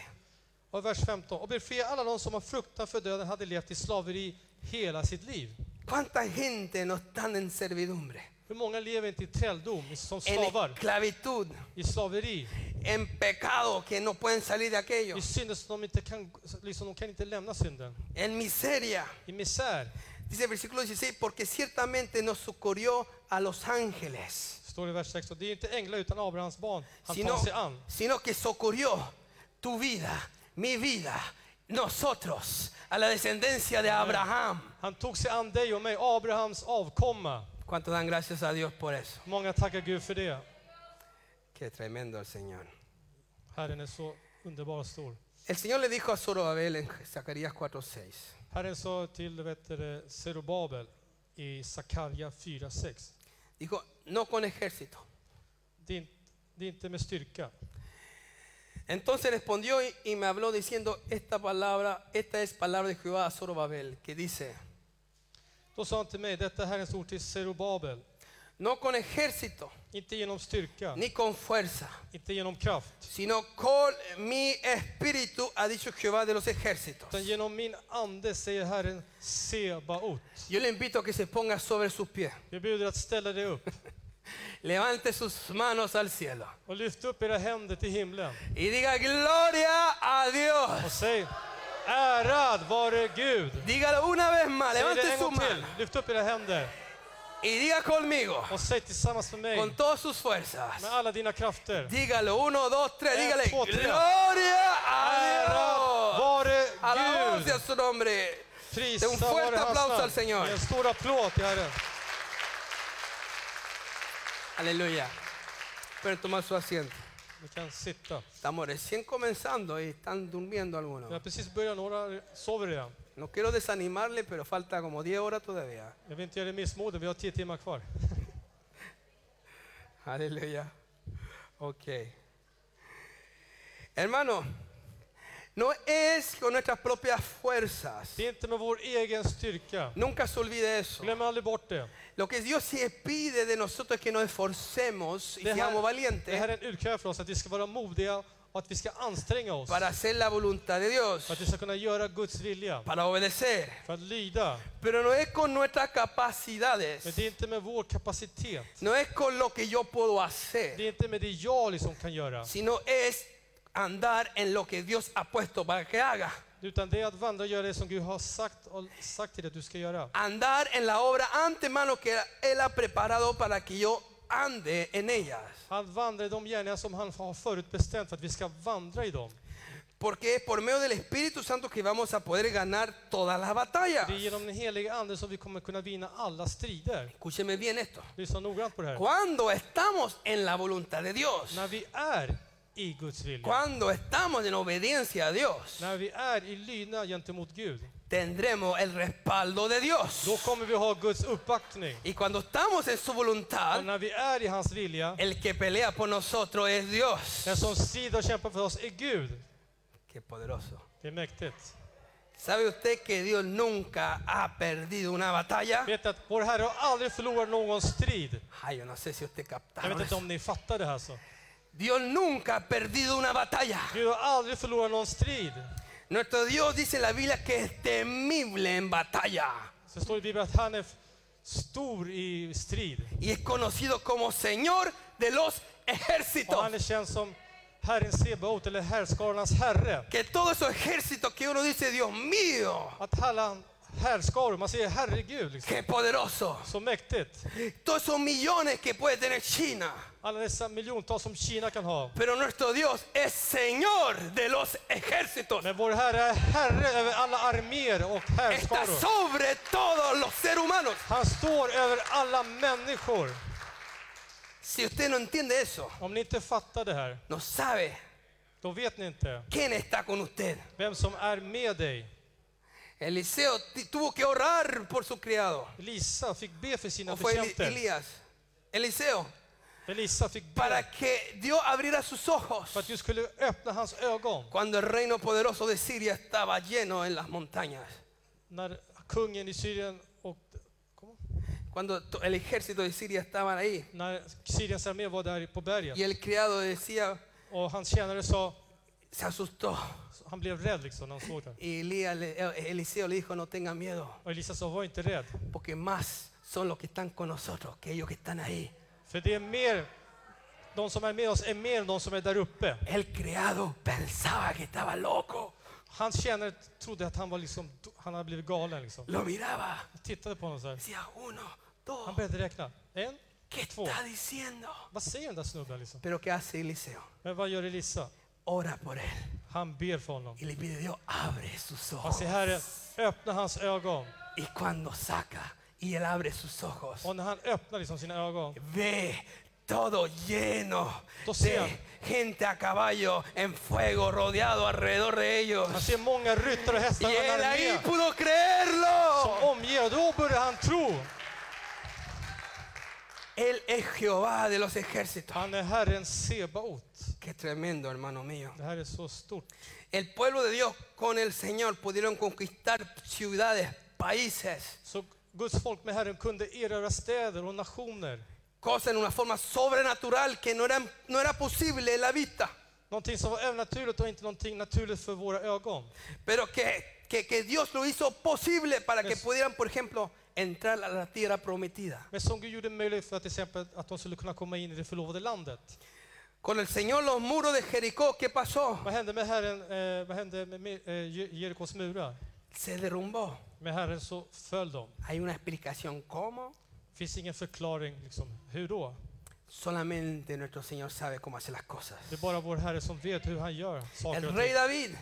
S2: Och vers 15. Och befria alla de som av fruktan för döden hade levt i slaveri hela sitt liv.
S1: ¿Cuánta gente no están en servidumbre?
S2: Hur många lever inte i trälldom, som
S1: En
S2: slavar,
S1: esclavitud,
S2: i slaveri,
S1: en pecado que no pueden salir de aquello,
S2: i synder som de inte kan, liksom, de kan inte lämna synden,
S1: en miseria.
S2: i misär.
S1: Dice el versículo 16, porque ciertamente nos socorrió a los ángeles,
S2: Står det i vers 16. Det är inte änglar utan Abrahams barn han
S1: sino,
S2: tar sig an.
S1: sino que socorrió tu vida, mi vida, nosotros, a la descendencia de Abraham.
S2: Han tog sig an dig och mig, Abrahams avkomma.
S1: ¿Cuánto dan gracias a Dios por eso?
S2: Många tackar Gud för det.
S1: Qué tremendo el Señor.
S2: Herren är så underbar och stor.
S1: El Señor le dijo a Zorobabel en Zacarías 4:6,
S2: Herren sa till vet du, det, Zerubabel i Sakarja 4.6.
S1: dijo, no con ejército.
S2: Det, är in- det är inte med styrka.
S1: Entonces respondió y, y me habló diciendo, esta palabra, esta es palabra de Jehová a Zorobabel, que dice,
S2: Då sa han till mig, detta är Herrens ord till Zerubabel.
S1: no con ejército
S2: Inte genom styrka,
S1: ni con fuerza,
S2: inte genom kraft,
S1: sino con mi espíritu, ha dicho Jehová de los ejércitos.
S2: utan genom min ande, säger Herren Sebaot.
S1: Yo le invito a que se ponga sobre sus pies,
S2: Jag bjuder att ställa dig upp
S1: levante sus manos al cielo
S2: och lyft upp era händer till himlen
S1: y diga, gloria a Dios.
S2: och säg ärad vare Gud.
S1: Dígalo una vez más,
S2: Säg det
S1: levante sus
S2: en gång
S1: manos
S2: till, lyft upp era händer
S1: y diga conmigo,
S2: och säg tillsammans med mig
S1: con todas sus fuerzas.
S2: med alla dina krafter.
S1: Dígalo, uno, dos, tres,
S2: Eh,
S1: dígale,
S2: dos, tres.
S1: gloria a
S2: Ärad
S1: Dios.
S2: vare
S1: Alabado sea
S2: Gud.
S1: su nombre.
S2: Prisa
S1: un fuerte
S2: vare hans
S1: aplauso al
S2: namn.
S1: Señor.
S2: Ge En stor applåd till Herren.
S1: Aleluya. Pueden tomar su asiento.
S2: Ni kan sitta.
S1: Estamos recién comenzando y están durmiendo
S2: Vi har
S1: algunos.
S2: precis börjat, några sover redan.
S1: No quiero desanimarle, pero falta como 10 horas todavía.
S2: Jag vill inte göra dig missmodig, vi har tio timmar kvar.
S1: Aleluya. Ok. Hermano, no es con nuestras propias fuerzas.
S2: Det är inte med vår egen styrka.
S1: Nunca se olvide eso.
S2: Glöm aldrig bort det.
S1: Lo que Dios se pide de nosotros es que nos esforcemos y
S2: Det
S1: seamos
S2: här, det här
S1: valientes
S2: är en urkrav för oss, att vi ska vara modiga och att vi ska anstränga oss.
S1: para hacer la voluntad de Dios,
S2: För att vi ska kunna göra Guds vilja.
S1: para obedecer.
S2: För att lyda.
S1: Pero no es con nuestras
S2: Men
S1: capacidades,
S2: det är inte med vår kapacitet.
S1: no es con lo que yo puedo
S2: Det
S1: hacer,
S2: är inte med det jag liksom kan göra.
S1: sino es andar en lo que Dios ha puesto para que haga.
S2: Utan det är att vandra och göra det som Gud har sagt, och sagt till dig att du ska göra.
S1: Andar en la obra antemano que Él ha preparado para que yo ande en ellas.
S2: Att vandra i de gärningar som han har förutbestämt för att vi ska vandra i dem.
S1: Porque es por medio del Espíritu Santo que vamos a poder ganar todas las batallas.
S2: Det är genom den helige Ande som vi kommer kunna vinna alla strider.
S1: Escúcheme bien esto.
S2: Lyssna noggrant på det här.
S1: Cuando estamos en la voluntad de Dios,
S2: När vi är i Guds vilja,
S1: cuando estamos en obediencia a Dios,
S2: när vi är i lydnad gentemot Gud,
S1: tendremos el respaldo de Dios.
S2: då kommer vi ha Guds uppbackning.
S1: Y cuando estamos en su voluntad,
S2: Och när vi är i hans vilja,
S1: el que pelea por nosotros es Dios.
S2: den som strider och kämpar för oss är Gud.
S1: Qué poderoso.
S2: Det är mäktigt.
S1: ¿Sabe usted que Dios nunca ha perdido una batalla?
S2: Vet ni att vår Herre har aldrig förlorat någon strid.
S1: Ay, yo no sé si usted
S2: Jag vet
S1: captaron
S2: inte
S1: eso.
S2: om ni fattar det här. Så.
S1: Dios nunca ha perdido una batalla.
S2: Gud har aldrig förlorat någon strid.
S1: Nuestro Dios dice en la Biblia que es temible en batalla
S2: Så står det i Bibeln att han är f- stor i strid.
S1: y es conocido como Señor de los
S2: Och
S1: ejércitos.
S2: han är känd som Herren Sebaot, eller härskarornas herre.
S1: Que todos esos ejércitos que uno dice, Dios mío,
S2: Att alla härskaror, man säger herregud, liksom.
S1: qué poderoso.
S2: så mäktigt.
S1: Todos esos millones que puede tener China.
S2: Alla dessa miljontals som Kina kan ha.
S1: Pero nuestro Dios es Señor de los ejércitos.
S2: Men vår Herre är herre över alla arméer och
S1: Está
S2: härskaror.
S1: sobre todos los seres humanos.
S2: Han står över alla människor.
S1: Si usted no entiende eso,
S2: Om ni inte fattar det här,
S1: no sabe
S2: då vet ni inte
S1: quién está con usted.
S2: vem som är med dig.
S1: Eliseo t- tuvo que orar por su criado.
S2: Elisa fick be för sina
S1: O fue Eli-
S2: förtjänter.
S1: Elías. Eliseo
S2: Elisa fick be
S1: para que Dios abriera sus ojos
S2: för att Gud skulle öppna hans ögon
S1: cuando el reino poderoso de Siria estaba lleno en las montañas.
S2: när kungen i Syrien och kom,
S1: Cuando to- el ejército de Siria estaban ahí
S2: när Syriens armé var där på berget
S1: y el criado decía,
S2: och hans tjänare sa,
S1: se asustó.
S2: han blev rädd liksom när han såg det.
S1: Y Elías le- eh, Eliseo le dijo, no tengan miedo,
S2: Och Elisa sa, var inte rädd,
S1: porque más son los que están con nosotros que ellos que están ahí.
S2: för det är mer, de som är med oss är mer än de som är där uppe.
S1: El criado pensaba que estaba loco,
S2: Hans tjänare trodde att han var liksom, han hade blivit galen liksom.
S1: lo miraba,
S2: Han tittade på honom så här.
S1: decía uno, dos,
S2: Han började räkna. En,
S1: ¿qué
S2: två.
S1: está diciendo?
S2: Vad säger den där snubben liksom?
S1: Pero ¿qué hace Eliseo?
S2: Men vad gör Elisa?
S1: Ora por él.
S2: Han ber för honom.
S1: Y le pide a Dios, abre sus
S2: Han
S1: ojos.
S2: säger, Herre, öppna hans ögon.
S1: Y cuando saca y él abre sus ojos,
S2: Och när han öppnar liksom sina ögon,
S1: ve todo lleno
S2: Tosea.
S1: de gente a caballo en fuego rodeado alrededor de
S2: han
S1: ellos.
S2: ser många ryttare och
S1: Y
S2: hästar och en
S1: él ahí
S2: armé
S1: pudo creerlo.
S2: som omger. Och då börjar han tro.
S1: Él es Jehová de los ejércitos.
S2: Han är Herren Sebaot.
S1: Qué tremendo, hermano mío.
S2: Det här är så stort.
S1: El pueblo de Dios con el Señor pudieron conquistar ciudades, países,
S2: Så Guds folk med Herren kunde erövra städer och nationer.
S1: cosas en una forma sobrenatural que no era, no era posible en la vista,
S2: Någonting som var övernaturligt och inte någonting naturligt för våra ögon.
S1: pero que, que, que Dios lo hizo posible para que pudieran, por ejemplo, entrar a la tierra prometida.
S2: Men som Gud gjorde möjligt för att till exempel att de skulle kunna komma in i det förlovade landet.
S1: Con el Señor los muros de Jericó, ¿qué pasó?
S2: Vad hände med, herren, eh, vad hände med med, eh, Je- Jerikos murar?
S1: Se derrumbó.
S2: Med Herren så föll de.
S1: Hay una explicación cómo.
S2: finns ingen förklaring. Liksom. Hur då?
S1: Solamente nuestro Señor sabe cómo hacer las cosas.
S2: Det är bara vår Herre som vet hur han gör saker
S1: El
S2: och
S1: rey
S2: ting.
S1: David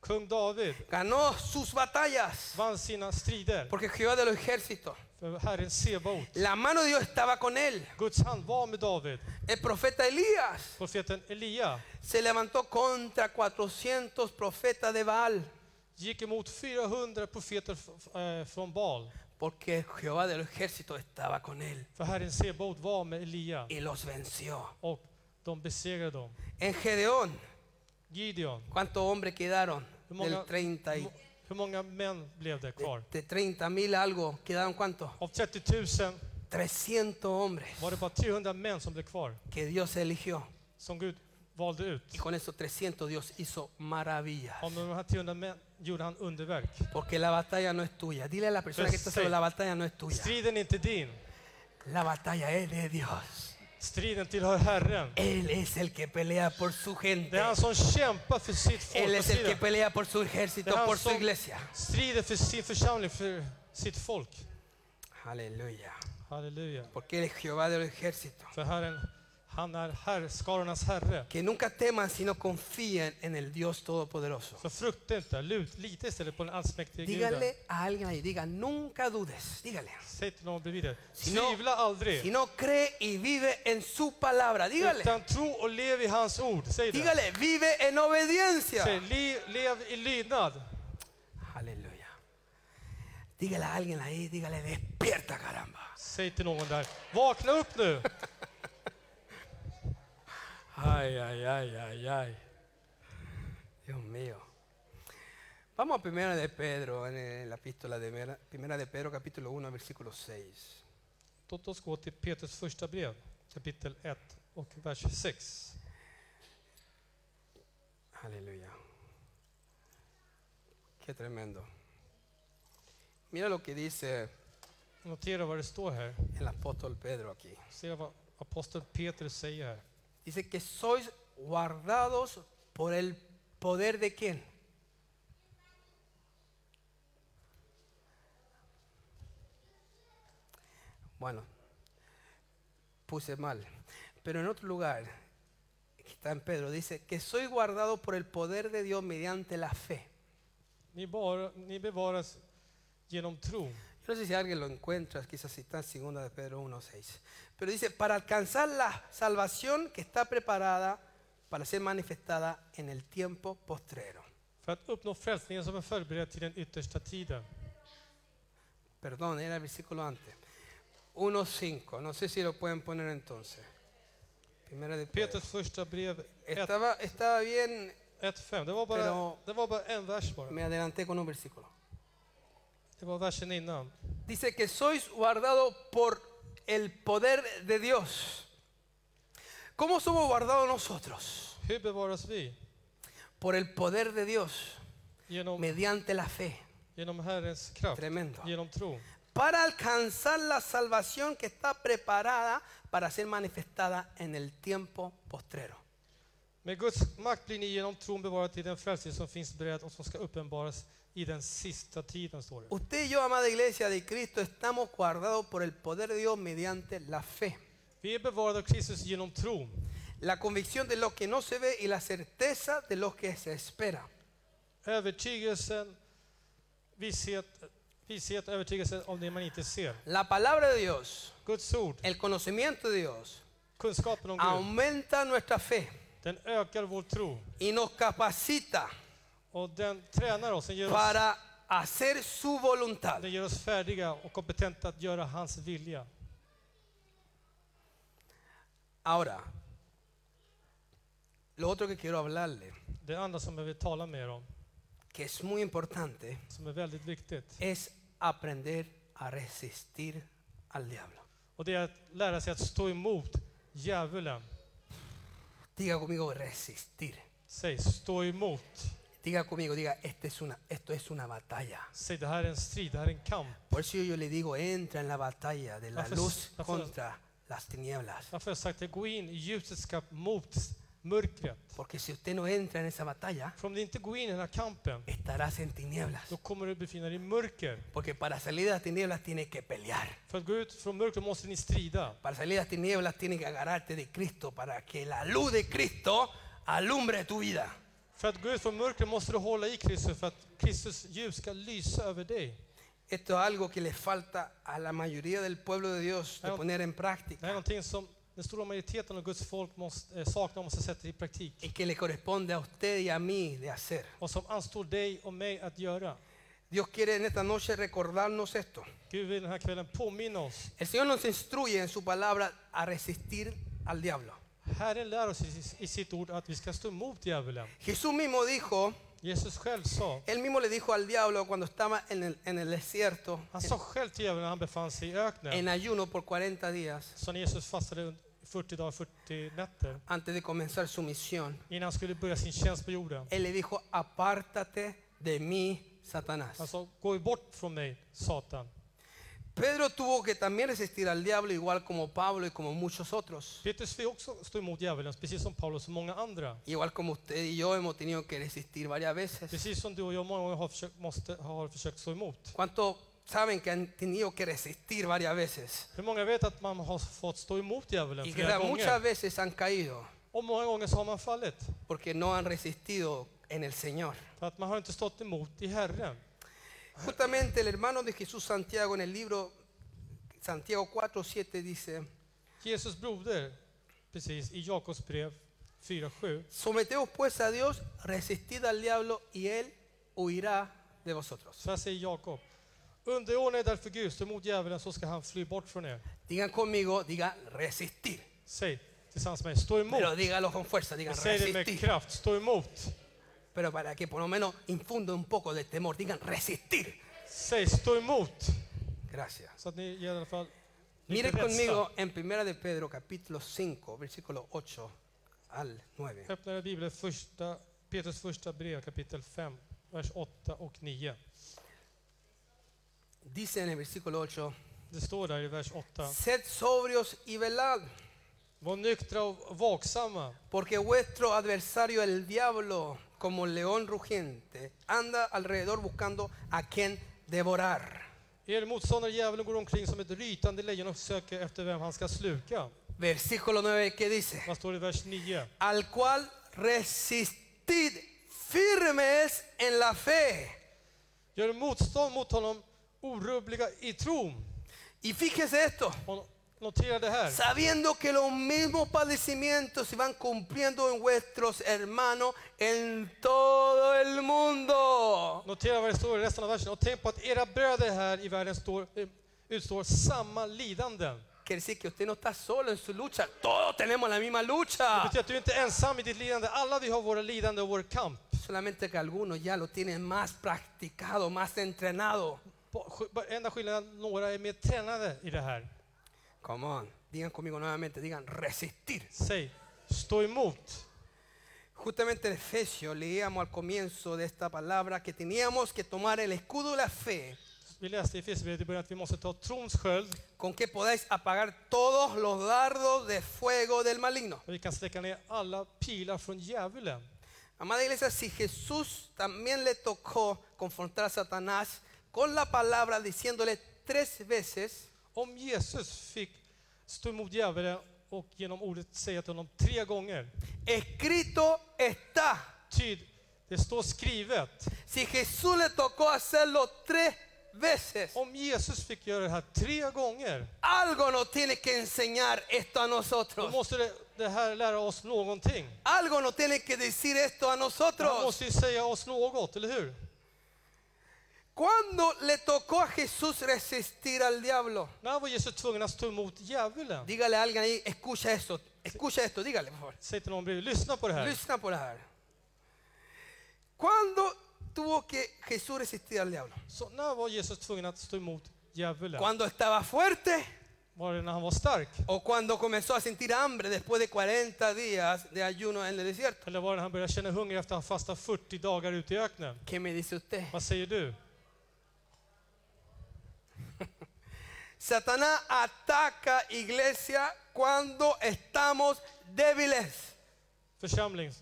S2: Kung David
S1: ganó sus batallas
S2: vann sina strider
S1: porque Jehová de los ejércitos
S2: för Herren Sebaot.
S1: La mano de Dios estaba con él.
S2: Guds hand var med David.
S1: El profeta Elías
S2: Profeten Elia
S1: se levantó contra 400 profetas de Baal
S2: gick emot 400 profeter f- f- eh, från Baal.
S1: porque Jehová del ejército estaba con él
S2: För Herren Sebaot var med Elia
S1: y los venció.
S2: och de besegrade dem.
S1: En Gedeón,
S2: Gideon.
S1: ¿cuántos hombres quedaron?
S2: Hur många,
S1: Del 30
S2: hur
S1: y-
S2: må- hur många män blev det kvar?
S1: de 30 mil algo, ¿quedaron cuántos?
S2: Av 30 000
S1: 300 hombres
S2: var det bara 300 män som blev kvar,
S1: que Dios eligió.
S2: som Gud valde ut.
S1: Y con esos 300 Dios hizo maravillas.
S2: Om de här 300 män gjorde han underverk.
S1: Porque la batalla no es tuya. Dile a la persona que está sobre la batalla no es tuya.
S2: Striden är inte din.
S1: La batalla es de Dios.
S2: Striden tillhör Herren.
S1: Él es el que pelea por su
S2: Det
S1: gente.
S2: är han som kämpar för sitt folk.
S1: Él
S2: och
S1: es el que
S2: striden.
S1: pelea por su
S2: Det är
S1: ejército,
S2: han
S1: por su
S2: som
S1: iglesia.
S2: strider för sin församling, för sitt folk.
S1: Aleluya.
S2: Halleluja.
S1: Porque Él es Jehová del ejército.
S2: För Herren, han är herr, skarornas herre.
S1: Que nunca teman, sino confíen en el Dios Todopoderoso.
S2: Så frukta inte, lut, lita istället på den allsmäktige guden.
S1: Dígale a alguien ahí, diga, nunca dudes. Dígale.
S2: Säg till någon bredvid dig,
S1: Sino-
S2: tvivla
S1: Si
S2: aldrig.
S1: no cree y vive en su palabra, dígale.
S2: Utan tro och lev i hans ord. Säg det.
S1: Dígale, vive en obediencia.
S2: Säg, "Li- lev i lydnad.
S1: Aleluya. Dígale a alguien ahí, dígale, despierta, caramba.
S2: Säg till någon där, vakna upp nu.
S1: Ay, ay, ay, ay, ay. Dios mío. Vamos a primera de Pedro, en eh, la epístola de Mera- primera de Pedro, capítulo 1, versículo 6.
S2: Låt oss gå till Petrus första brev, kapitel 1 och vers 6.
S1: Aleluya. Qué tremendo. Mira lo que dice
S2: Notera vad det står här.
S1: el apóstol Pedro aquí.
S2: Se vad aposteln Petrus säger här.
S1: Dice que sois guardados por el poder de quién? Bueno, puse mal. Pero en otro lugar, que está en Pedro, dice que soy guardado por el poder de Dios mediante la fe.
S2: Ni, bara, ni bevaras genom tro.
S1: Yo no sé si alguien lo encuentra, quizás si está en segunda de Pedro 1.6. Pero dice, para alcanzar la salvación que está preparada para ser manifestada en el tiempo postrero.
S2: För att uppnå frälsningen som är förberedd till den yttersta tiden.
S1: Perdón, era el versículo antes. 1.5, no sé si lo pueden poner entonces. Primera de Pedro.
S2: Petrus första brev ett-
S1: Estaba, estaba bien,
S2: 1.5. Det, var bara-
S1: Pero-
S2: det var bara en vers bara.
S1: me adelanté con un versículo.
S2: Det var versen innan.
S1: Dice que sois guardado por el poder de Dios. ¿Cómo somos guardados nosotros?
S2: Hur bevaras vi?
S1: Por el poder de Dios,
S2: Genom,
S1: mediante la fe.
S2: genom Herrens kraft,
S1: Tremendo.
S2: genom tro.
S1: Para alcanzar la salvación que está preparada para ser manifestada en el tiempo postrero.
S2: Med Guds makt blir ni genom tron bevarade till den frälsning som finns beredd och som ska uppenbaras i den sista tiden, står det.
S1: Usted y yo, amada iglesia de Cristo, estamos guardados por el poder de Dios mediante la fe.
S2: Vi är bevarade av Kristus genom tron.
S1: La convicción de lo que no se ve y la certeza de lo que se espera.
S2: Övertygelsen, visshet, visshet, övertygelsen om det man inte ser.
S1: La palabra de Dios,
S2: Guds ord,
S1: el conocimiento de Dios,
S2: kunskapen om Gud,
S1: aumenta nuestra fe
S2: den ökar vår tro
S1: y nos capacita
S2: och den tränar oss, den gör oss,
S1: para hacer su voluntad.
S2: den gör oss färdiga och kompetenta att göra hans vilja.
S1: Ahora, lo otro que quiero hablarle,
S2: Det andra som jag vill tala med er om,
S1: que es muy importante,
S2: som är väldigt viktigt,
S1: es aprender a resistir al diablo.
S2: och det är att lära sig att stå emot djävulen.
S1: Diga conmigo resistir.
S2: Säg, stå emot.
S1: Diga conmigo, diga, "Este es una- esto es una batalla.
S2: Säg, det här är en strid, det här är en kamp.
S1: Por eso yo le digo, entra en la batalla de la
S2: Varför-
S1: luz
S2: varför-
S1: contra las tinieblas.
S2: Därför har jag sagt det, gå in i ljusets kamp mot mörkret.
S1: Porque si usted no entra en esa batalla,
S2: För om du inte går in i den här kampen,
S1: estarás en tinieblas.
S2: då kommer du befinna dig i mörker.
S1: Porque para salir de las tinieblas tienes que pelear.
S2: För att gå ut från mörkret måste ni strida.
S1: Para salir de las tinieblas tienes que agarrarte de Cristo para que la luz de Cristo alumbre tu vida.
S2: För att gå ut från mörkret måste du hålla i Kristus för att Kristus ljus ska lysa över dig.
S1: Esto es algo que le falta a la mayoría del pueblo de Dios de
S2: Claro.
S1: poner en
S2: Det här är
S1: práctica
S2: någonting som den stora majoriteten av Guds folk måste, eh, saknar och måste sätta i praktik.
S1: y que le corresponde a usted y a mí de hacer.
S2: Och som anstår dig och mig att göra.
S1: Dios quiere en esta noche recordarnos esto.
S2: Gud vill den här kvällen påminna oss.
S1: El Señor nos instruye en su palabra a resistir al diablo.
S2: Herren lär oss i, i sitt ord att vi ska stå emot djävulen.
S1: Jesús mismo dijo,
S2: Jesus själv sa,
S1: él mismo le dijo al diablo cuando estaba en el, en el desierto,
S2: han sa själv till djävulen när han befann sig i öknen,
S1: en ayuno por 40 días,
S2: så när Jesus fastade under 40 dagar, 40 nätter,
S1: antes de comenzar su misión,
S2: innan han skulle börja sin tjänst på jorden.
S1: él le dijo, apártate de mí,
S2: Han
S1: Satanás.
S2: sa, gå bort från mig, Satan.
S1: Pedro tuvo que también resistir al diablo, igual como Pablo y como muchos otros.
S2: Petrus fick också stå emot djävulen, precis som Paulus och många andra.
S1: Igual como usted y yo hemos tenido que resistir varias veces.
S2: Precis som du och jag många gånger har försökt, måste, har försökt stå emot.
S1: ¿Cuántos saben que han tenido que resistir varias veces?
S2: Hur många vet att man har fått stå emot djävulen
S1: Y que
S2: flera
S1: muchas
S2: gånger?
S1: veces han caído.
S2: Och många gånger så har man fallit,
S1: porque no han resistido en el Señor.
S2: för att man har inte stått emot i Herren.
S1: Justamente el hermano de Jesús Santiago en el libro Santiago 4, 7 dice,
S2: Jesus broder, precis, i Jakobs brev 4.7.
S1: someteos pues a Dios, resistid al diablo y él huirá de vosotros.
S2: Så här säger Jakob. Underordna er därför Gud, stå emot djävulen så ska han fly bort från er.
S1: Digan conmigo, diga resistir,
S2: Säg tillsammans med mig, stå emot.
S1: pero dígalo con fuerza, digan
S2: Säg det med
S1: resistir,
S2: kraft, stå emot.
S1: pero para que por lo menos infunda un poco de temor, digan resistir.
S2: Säg stå emot.
S1: Gracias.
S2: Så att ni i alla fall
S1: Mire
S2: rädsla.
S1: conmigo en 1 de Pedro capítulo 5, versículo 8 al 9.
S2: Öppna era bibeln, första, Petrus första brev kapitel 5, vers 8 och 9.
S1: Dice en el versículo 8,
S2: Det står där i vers 8.
S1: Sed sobrios y velad,
S2: Var nyktra och vaksamma,
S1: porque vuestro adversario el diablo, como león rugiente, anda alrededor buscando a quien devorar.
S2: Er motståndare djävulen går omkring som ett rytande lejon och söker efter vem han ska sluka.
S1: Versículo 9 que dice,
S2: Vad står det i vers 9?
S1: al cual resistid firmes en la fe.
S2: Gör motstånd mot honom orubbliga i tron.
S1: Y fíjese esto,
S2: Och notera det här.
S1: sabiendo que los mismos padecimientos se van cumpliendo en vuestros hermanos en todo el mundo.
S2: Notera vad det står i resten av versen. Och tänk på att era bröder här i världen står, eh, utstår samma lidanden.
S1: Quiere decir que usted no está solo en su lucha. Todos tenemos la misma
S2: Det
S1: lucha.
S2: betyder att du inte är ensam i ditt lidande. Alla vi har våra lidande och vår kamp.
S1: Solamente que algunos ya lo tienen más practicado, más entrenado.
S2: Ba- sk- bara- Enda skillnaden är att några är mer tränade i det här.
S1: Come on. Digan conmigo nuevamente, digan resistir.
S2: Säg, stå emot.
S1: Justamente en Efesios leíamos al comienzo de esta palabra que teníamos que tomar el escudo de la fe
S2: Vi läste i Efesierbrevet i början att vi måste ta trons sköld
S1: con que podáis apagar todos los dardos de fuego del maligno.
S2: och vi kan släcka ner alla pilar från djävulen.
S1: Amada iglesia, si Jesús también le tocó confrontar a Satanás con la palabra diciéndole tres veces,
S2: Om Jesus fick stå emot djävulen och genom ordet säga till honom tre gånger.
S1: escrito está.
S2: Tyd, det står skrivet.
S1: Si Jesús le tocó hacerlo tres veces,
S2: Om Jesus fick göra det här tre gånger,
S1: algo nos tiene que enseñar esto a
S2: då
S1: nosotros.
S2: måste det, det här lära oss någonting.
S1: Algo nos tiene que decir esto a
S2: Han
S1: nosotros.
S2: måste ju säga oss något, eller hur?
S1: ¿Cuándo le tocó a Jesús resistir al diablo?
S2: När var Jesus tvungen att stå emot djävulen?
S1: Dígale a alguien ahí, escucha esto, escucha esto, dígale por favor.
S2: Säg till någon bredvid, lyssna på det här.
S1: Lyssna på det här. ¿Cuándo tuvo que Jesús resistir al diablo?
S2: Så när var Jesus tvungen att stå emot djävulen?
S1: ¿Cuándo estaba fuerte
S2: Var det när han var stark?
S1: o cuando comenzó a sentir hambre después de 40 días de ayuno en el desierto?
S2: Eller var det när han började känna hunger efter att han fastat 40 dagar ute i öknen?
S1: ¿Qué me dice usted?
S2: Vad säger du?
S1: Satanás ataca iglesia cuando estamos débiles.
S2: Församling,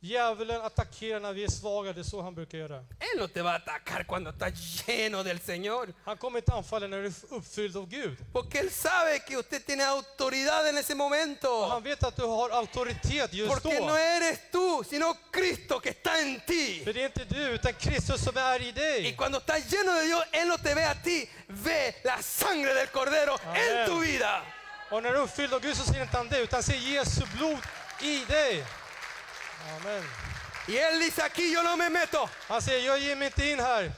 S2: djävulen attackerar när vi är svaga, det är så han brukar göra.
S1: Él no te va a atacar cuando estás lleno del Señor.
S2: Han kommer inte anfalla när du är uppfylld av Gud.
S1: Porque Él sabe que usted tiene autoridad en ese momento.
S2: Han vet att du har auktoritet just
S1: Porque no
S2: då.
S1: eres tú, sino Cristo que está en ti.
S2: För det är inte du, utan Kristus som är i
S1: Y
S2: dig.
S1: cuando estás lleno de Dios, Él no te ve a ti, ve la sangre del Cordero en
S2: Amén.
S1: tu vida.
S2: Och när du är uppfylld av Gud så ser inte han dig, utan ser Jesu blod i dig. Amen.
S1: Y Él dice aquí, yo no me meto.
S2: Han säger, jag ger mig inte in här.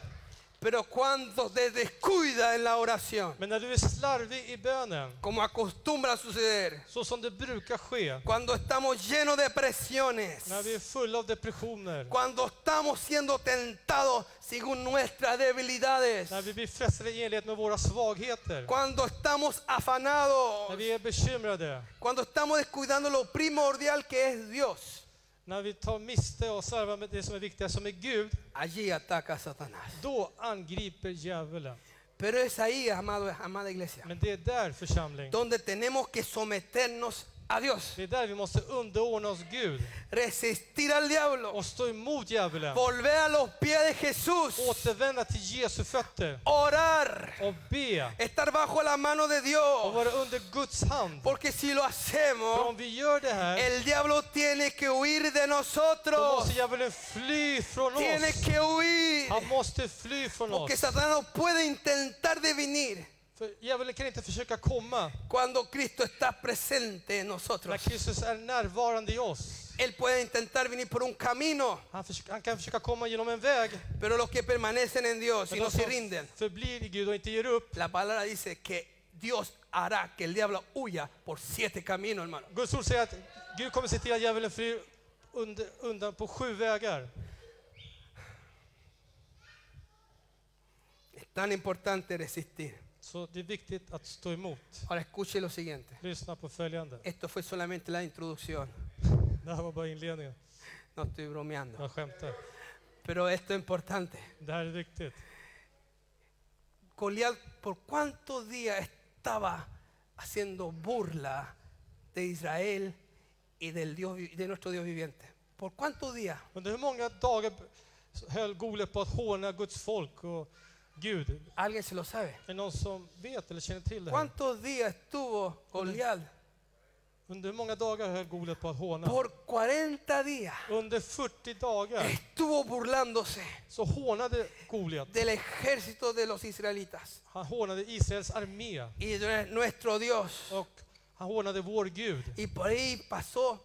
S1: Pero cuando te descuida en la oración,
S2: Men när du är slarvig i bönen,
S1: como acostumbra a suceder,
S2: så som det brukar ske,
S1: cuando estamos llenos de presiones,
S2: när vi är fulla av depressioner,
S1: cuando estamos siendo tentados según nuestras debilidades,
S2: när vi blir frestade i enlighet med våra svagheter,
S1: cuando estamos
S2: när
S1: afanados,
S2: vi är bekymrade,
S1: cuando estamos descuidando lo primordial que es Dios,
S2: när vi tar miste och slarvar med det som är viktigast, som är Gud,
S1: allí ataca a Satanás.
S2: då angriper djävulen.
S1: Pero es ahí, amado, amada iglesia,
S2: Men det är där församling,
S1: donde tenemos que someternos a Dios,
S2: det är där vi måste underordna oss Gud
S1: resistir al diablo,
S2: och stå emot djävulen.
S1: volver a los pies de Jesús,
S2: Återvända till Jesu fötter
S1: orar,
S2: och be
S1: estar bajo la mano de
S2: och
S1: Dios,
S2: vara under Guds hand.
S1: porque si lo
S2: För
S1: hacemos,
S2: om vi gör det här,
S1: el diablo tiene que huir de
S2: då
S1: nosotros,
S2: måste djävulen fly från
S1: tiene
S2: oss.
S1: que huir,
S2: Han måste fly från
S1: porque
S2: oss.
S1: Satanás no puede intentar de venir
S2: För djävulen kan inte försöka komma
S1: cuando Cristo está presente en
S2: när
S1: nosotros.
S2: Kristus är närvarande i oss.
S1: Él puede intentar venir por un camino,
S2: Han, försö- han kan försöka komma genom en väg,
S1: pero los que permanecen en Dios y
S2: men
S1: no
S2: de
S1: se
S2: som
S1: rinden,
S2: förblir i Gud och inte ger upp.
S1: La palabra dice que Dios hará que el diablo huya por siete caminos, hermano.
S2: Guds ord säger att Gud kommer se till att djävulen flyr under, undan på sju vägar.
S1: Es tan importante resistir.
S2: Så det är viktigt att stå emot.
S1: Ahora escuche lo siguiente.
S2: Lyssna på följande.
S1: Esto fue solamente la introducción.
S2: Det här var bara inledningen.
S1: No estoy bromeando.
S2: Jag skämtar.
S1: Pero esto es importante.
S2: Det här är viktigt.
S1: Goliat, ¿por cuántos días estaba haciendo burla de Israel y del Dios, vi- de nuestro Dios viviente? ¿Por cuántos días?
S2: Under hur många dagar höll Goliat på att håna Guds folk och Gud? Är
S1: ¿Alguien se lo sabe?
S2: det någon som vet eller känner till det här?
S1: ¿Cuántos días estuvo Goliat?
S2: Under hur många dagar höll Goliat på att håna?
S1: Por 40 días
S2: Under 40 dagar
S1: estuvo burlándose.
S2: så hånade Goliat.
S1: del ejército de los israelitas
S2: Han hånade Israels armé
S1: y de nuestro Dios.
S2: och han hånade vår Gud.
S1: Y por ahí pasó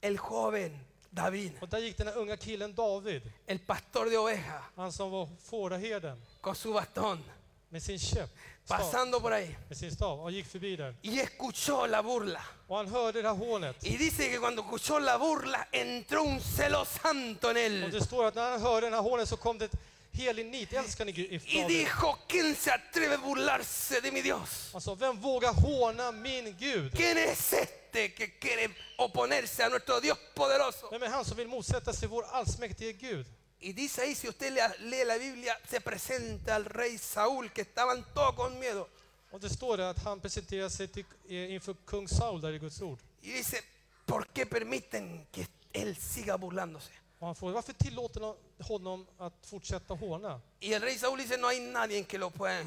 S1: el joven David,
S2: Och där gick den här unga killen David,
S1: el pastor de ovejas,
S2: han som var fåraherden,
S1: con su bastón.
S2: med sin käpp. stav,
S1: pasando por ahí
S2: med sin stav. Han gick förbi där.
S1: y escuchó la burla.
S2: Och han hörde det här hånet.
S1: Y dice que cuando escuchó la burla entró un celo santo en
S2: Och
S1: él
S2: det står att när han hörde den här hånet så kom det ett heligt nitälskande Gud i
S1: y
S2: staden.
S1: dijo, ¿quién se atreve a burlarse de mi Dios?
S2: Han sa, vem vågar håna min Gud?
S1: ¿Quién es este que quiere oponerse a nuestro Dios poderoso?
S2: Vem är han som vill motsätta sig vår allsmäktige Gud?
S1: Y dice ahí, si usted lea- lee la Biblia, se presenta al rey Saúl, que estaban todos con miedo.
S2: Och det står där att han presenterar sig till, eh, inför kung Saul där i Guds ord.
S1: Y dice, ¿por qué permiten que él siga burlándose?
S2: Och han frågar, varför tillåter no- honom att fortsätta håna?
S1: Y el rey Saúl dice, no hay nadie que lo pueda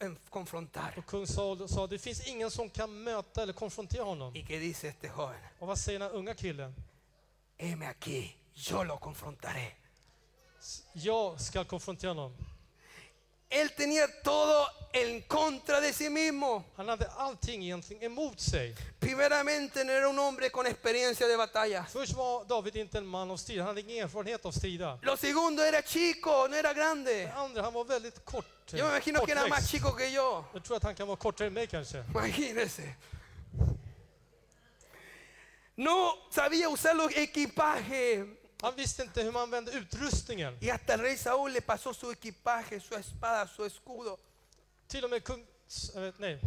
S1: en- confrontar.
S2: Och kung Saul sa, det finns ingen som kan möta eller konfrontera honom.
S1: ¿Y qué dice este joven?
S2: Och vad säger den här unga killen?
S1: Heme aquí, yo lo confrontaré.
S2: S- Jag ska konfrontera honom.
S1: Él tenía todo en contra de sí mismo.
S2: Han hade allting egentligen emot sig.
S1: Primeramente no era un hombre con experiencia de batalla.
S2: Först var David inte en man av strid, han hade ingen erfarenhet av strida.
S1: Lo segundo era chico, no era grande.
S2: Det andra, han var väldigt kort. eh,
S1: Yo me imagino que era más
S2: kortväxt.
S1: chico que yo.
S2: Jag tror att han kan vara kortare än mig kanske.
S1: Imagínense. No sabía usar los equipajes.
S2: Han visste inte hur man använde utrustningen.
S1: Y hasta el rey Saúl le pasó su equipaje, su espada, su escudo.
S2: Till och med kung... s- eh, Nej.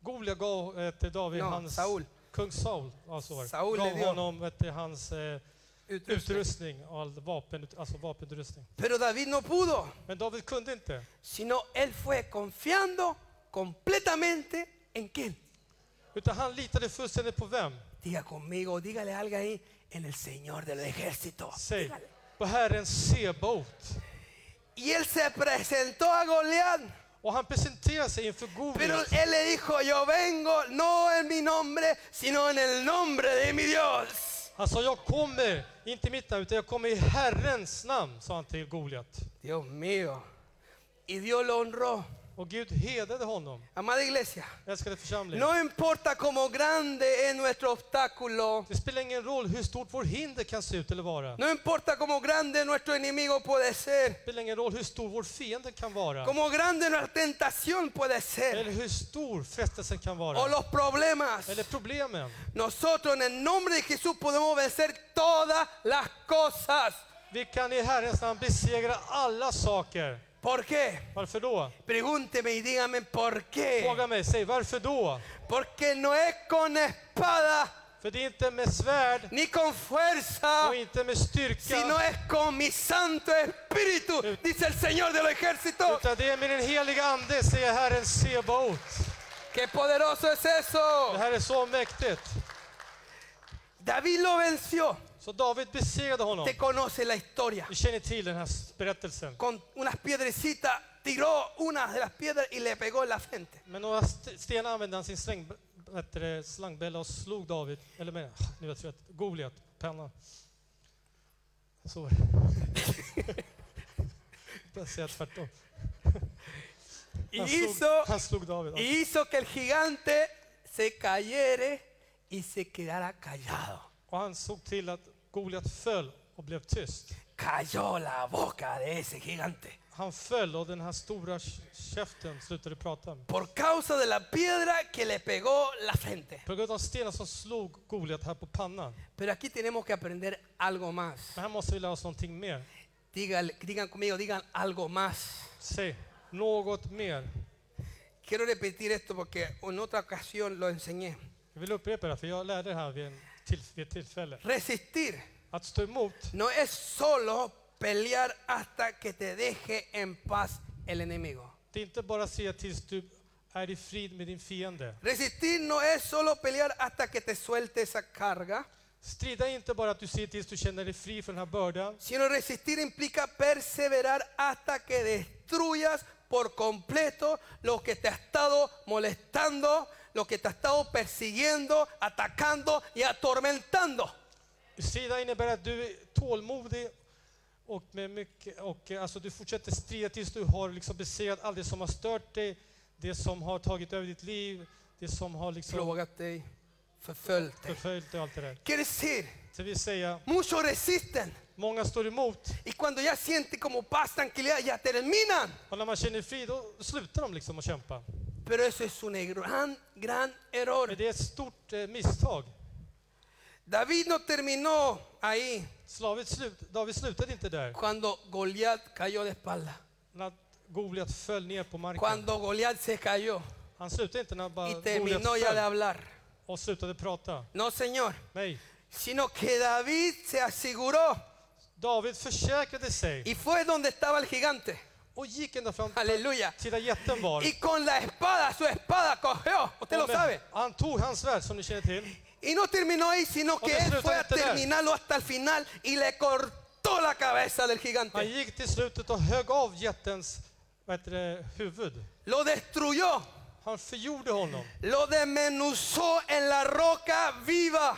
S2: Goliat gav eh, till David
S1: Ja,
S2: hans...
S1: Saul.
S2: Kung Saul, ja, så var det.
S1: Saul
S2: gav
S1: levde ju-
S2: honom vet, du, hans eh,
S1: Utrustning.
S2: utrustning, all vapen, alltså vapenutrustning.
S1: Pero David no pudo,
S2: Men David kunde inte.
S1: sino él fue confiando completamente en quién.
S2: Utan han litade fullständigt på vem?
S1: Diga conmigo, dígale algo ahí, en el Señor del ejército.
S2: Säg. På Herren Sebaot.
S1: Y él se presentó a Goliat,
S2: Och han presenterar sig inför
S1: pero
S2: Goliat.
S1: él le dijo, yo vengo no en mi nombre, sino en el nombre de mi Dios.
S2: Han sa, jag kommer, inte i mitt namn, utan jag kommer i Herrens namn, sa han till Goliat.
S1: Dios mío. Y Dios lo honró.
S2: Och Gud hedrade honom.
S1: Amada iglesia,
S2: Älskade församling.
S1: no importa cómo grande es nuestro obstáculo,
S2: Det spelar ingen roll hur stort vårt hinder kan se ut eller vara. Det
S1: no importa cómo grande nuestro enemigo puede ser,
S2: spelar ingen roll hur stor vår fiende kan vara.
S1: cómo grande nuestra tentación puede
S2: Eller
S1: ser,
S2: hur stor frestelsen kan
S1: o
S2: vara.
S1: los problemas.
S2: Eller problemen.
S1: Nosotros en el nombre de Jesús podemos vencer todas las cosas.
S2: Vi kan i Herrens namn besegra alla saker.
S1: ¿Por qué?
S2: Varför då?
S1: Pregúnteme y dígame por qué.
S2: Fråga mig, säg varför då?
S1: Porque no es con espada
S2: För det är inte med svärd
S1: ni con fuerza,
S2: och inte med
S1: sino
S2: styrka,
S1: es con mi Santo Espíritu, dice el Señor de los ejércitos.
S2: utan det är med den heliga Ande, säger Herren Sebaot.
S1: ¡Qué poderoso es
S2: Det
S1: eso!
S2: här är så mäktigt.
S1: David lo venció.
S2: Så David besegrade honom.
S1: Te conoce la historia.
S2: Ni känner till den här berättelsen.
S1: Con unas piedrecitas tiró una de las piedras y le pegó en la frente.
S2: Men några st- stenar använde han sin släng, vet du det, slangbälla och slog David, eller men, nu vet jag att Goliat, penna. Så var det. Jag säger tvärtom.
S1: Y
S2: Han
S1: hizo
S2: slog, han slog David.
S1: y hizo que el gigante se cayere y se quedara callado.
S2: Och han såg till att Goliat föll och blev tyst.
S1: Cayó la boca de ese gigante.
S2: Han föll och den här stora k- käften slutade prata.
S1: Por causa de la piedra que le pegó la frente.
S2: På grund av stenar som slog Goliat här på pannan.
S1: Pero aquí tenemos que aprender algo más.
S2: Men här måste vi lära oss någonting mer.
S1: Dígan, digan conmigo, digan algo más.
S2: Säg, något mer.
S1: Quiero repetir esto porque en otra ocasión lo enseñé.
S2: Jag vill upprepa det här, för jag lärde det här vid, en till, vid ett tillfälle.
S1: Resistir
S2: Att stå emot,
S1: no es solo pelear hasta que te deje en paz el enemigo.
S2: det är inte bara att säga tills du är i frid med din fiende.
S1: Resistir no es solo pelear hasta que te suelte esa carga,
S2: Strida inte bara att du ser tills du känner dig fri från den här bördan.
S1: sino resistir implica perseverar hasta que destruyas por completo lo que te ha estado molestando, lo que te ha estado persiguiendo, atacando y atormentando.
S2: Strida innebär att du är tålmodig och, med mycket, och eh, alltså du fortsätter strida tills du har liksom besegrat allt det som har stört dig, det som har tagit över ditt liv, det som har liksom
S1: Plågat dig, förföljt dig.
S2: förföljt dig och allt det där.
S1: Quiere decir
S2: Så vi säger,
S1: Muchos resisten.
S2: många står emot
S1: Y cuando ya sienten como paz, tranquilidad, ya terminan.
S2: och när man känner frid då slutar de liksom att kämpa.
S1: Pero eso es un gran, gran
S2: Men
S1: error.
S2: det är ett stort eh, misstag.
S1: David no terminó ahí
S2: Slavet slut, David slutade inte där.
S1: cuando Goliat cayó de espalda.
S2: När Goliat föll ner på marken.
S1: Cuando Goliat se cayó
S2: Han slutade inte när bara
S1: y terminó
S2: Goliat
S1: ya de
S2: föll
S1: hablar.
S2: och slutade prata.
S1: No, Señor.
S2: Nej.
S1: Sino que David se aseguró
S2: David försäkrade sig
S1: y fue donde estaba el gigante.
S2: och gick ända fram
S1: Aleluya.
S2: till där jätten var.
S1: Y con la espada, su espada cogió. Usted lo
S2: Och med-
S1: sabe.
S2: Han tog hans svärd som ni känner till.
S1: Y no terminó ahí, sino que
S2: Otra
S1: él
S2: fruta
S1: fue a
S2: de tener.
S1: terminarlo hasta el final y le cortó la cabeza del
S2: Han
S1: gigante.
S2: gick till slutet och högg av jättens vad heter det, huvud.
S1: Lo destruyó,
S2: Han förgjorde honom.
S1: lo desmenuzó en la roca viva,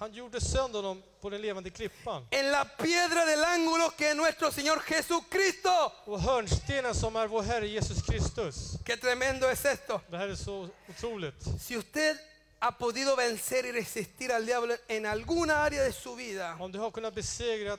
S2: Han gjorde sönder honom på den levande klippan.
S1: en la piedra del ángulo que es nuestro Señor Jesucristo.
S2: Och hörnstenen som är vår Herre Jesus Kristus.
S1: Qué tremendo es esto.
S2: Det här är så otroligt.
S1: Si usted ha podido vencer y resistir al diablo en alguna área de su vida
S2: Om du har kunnat besegrat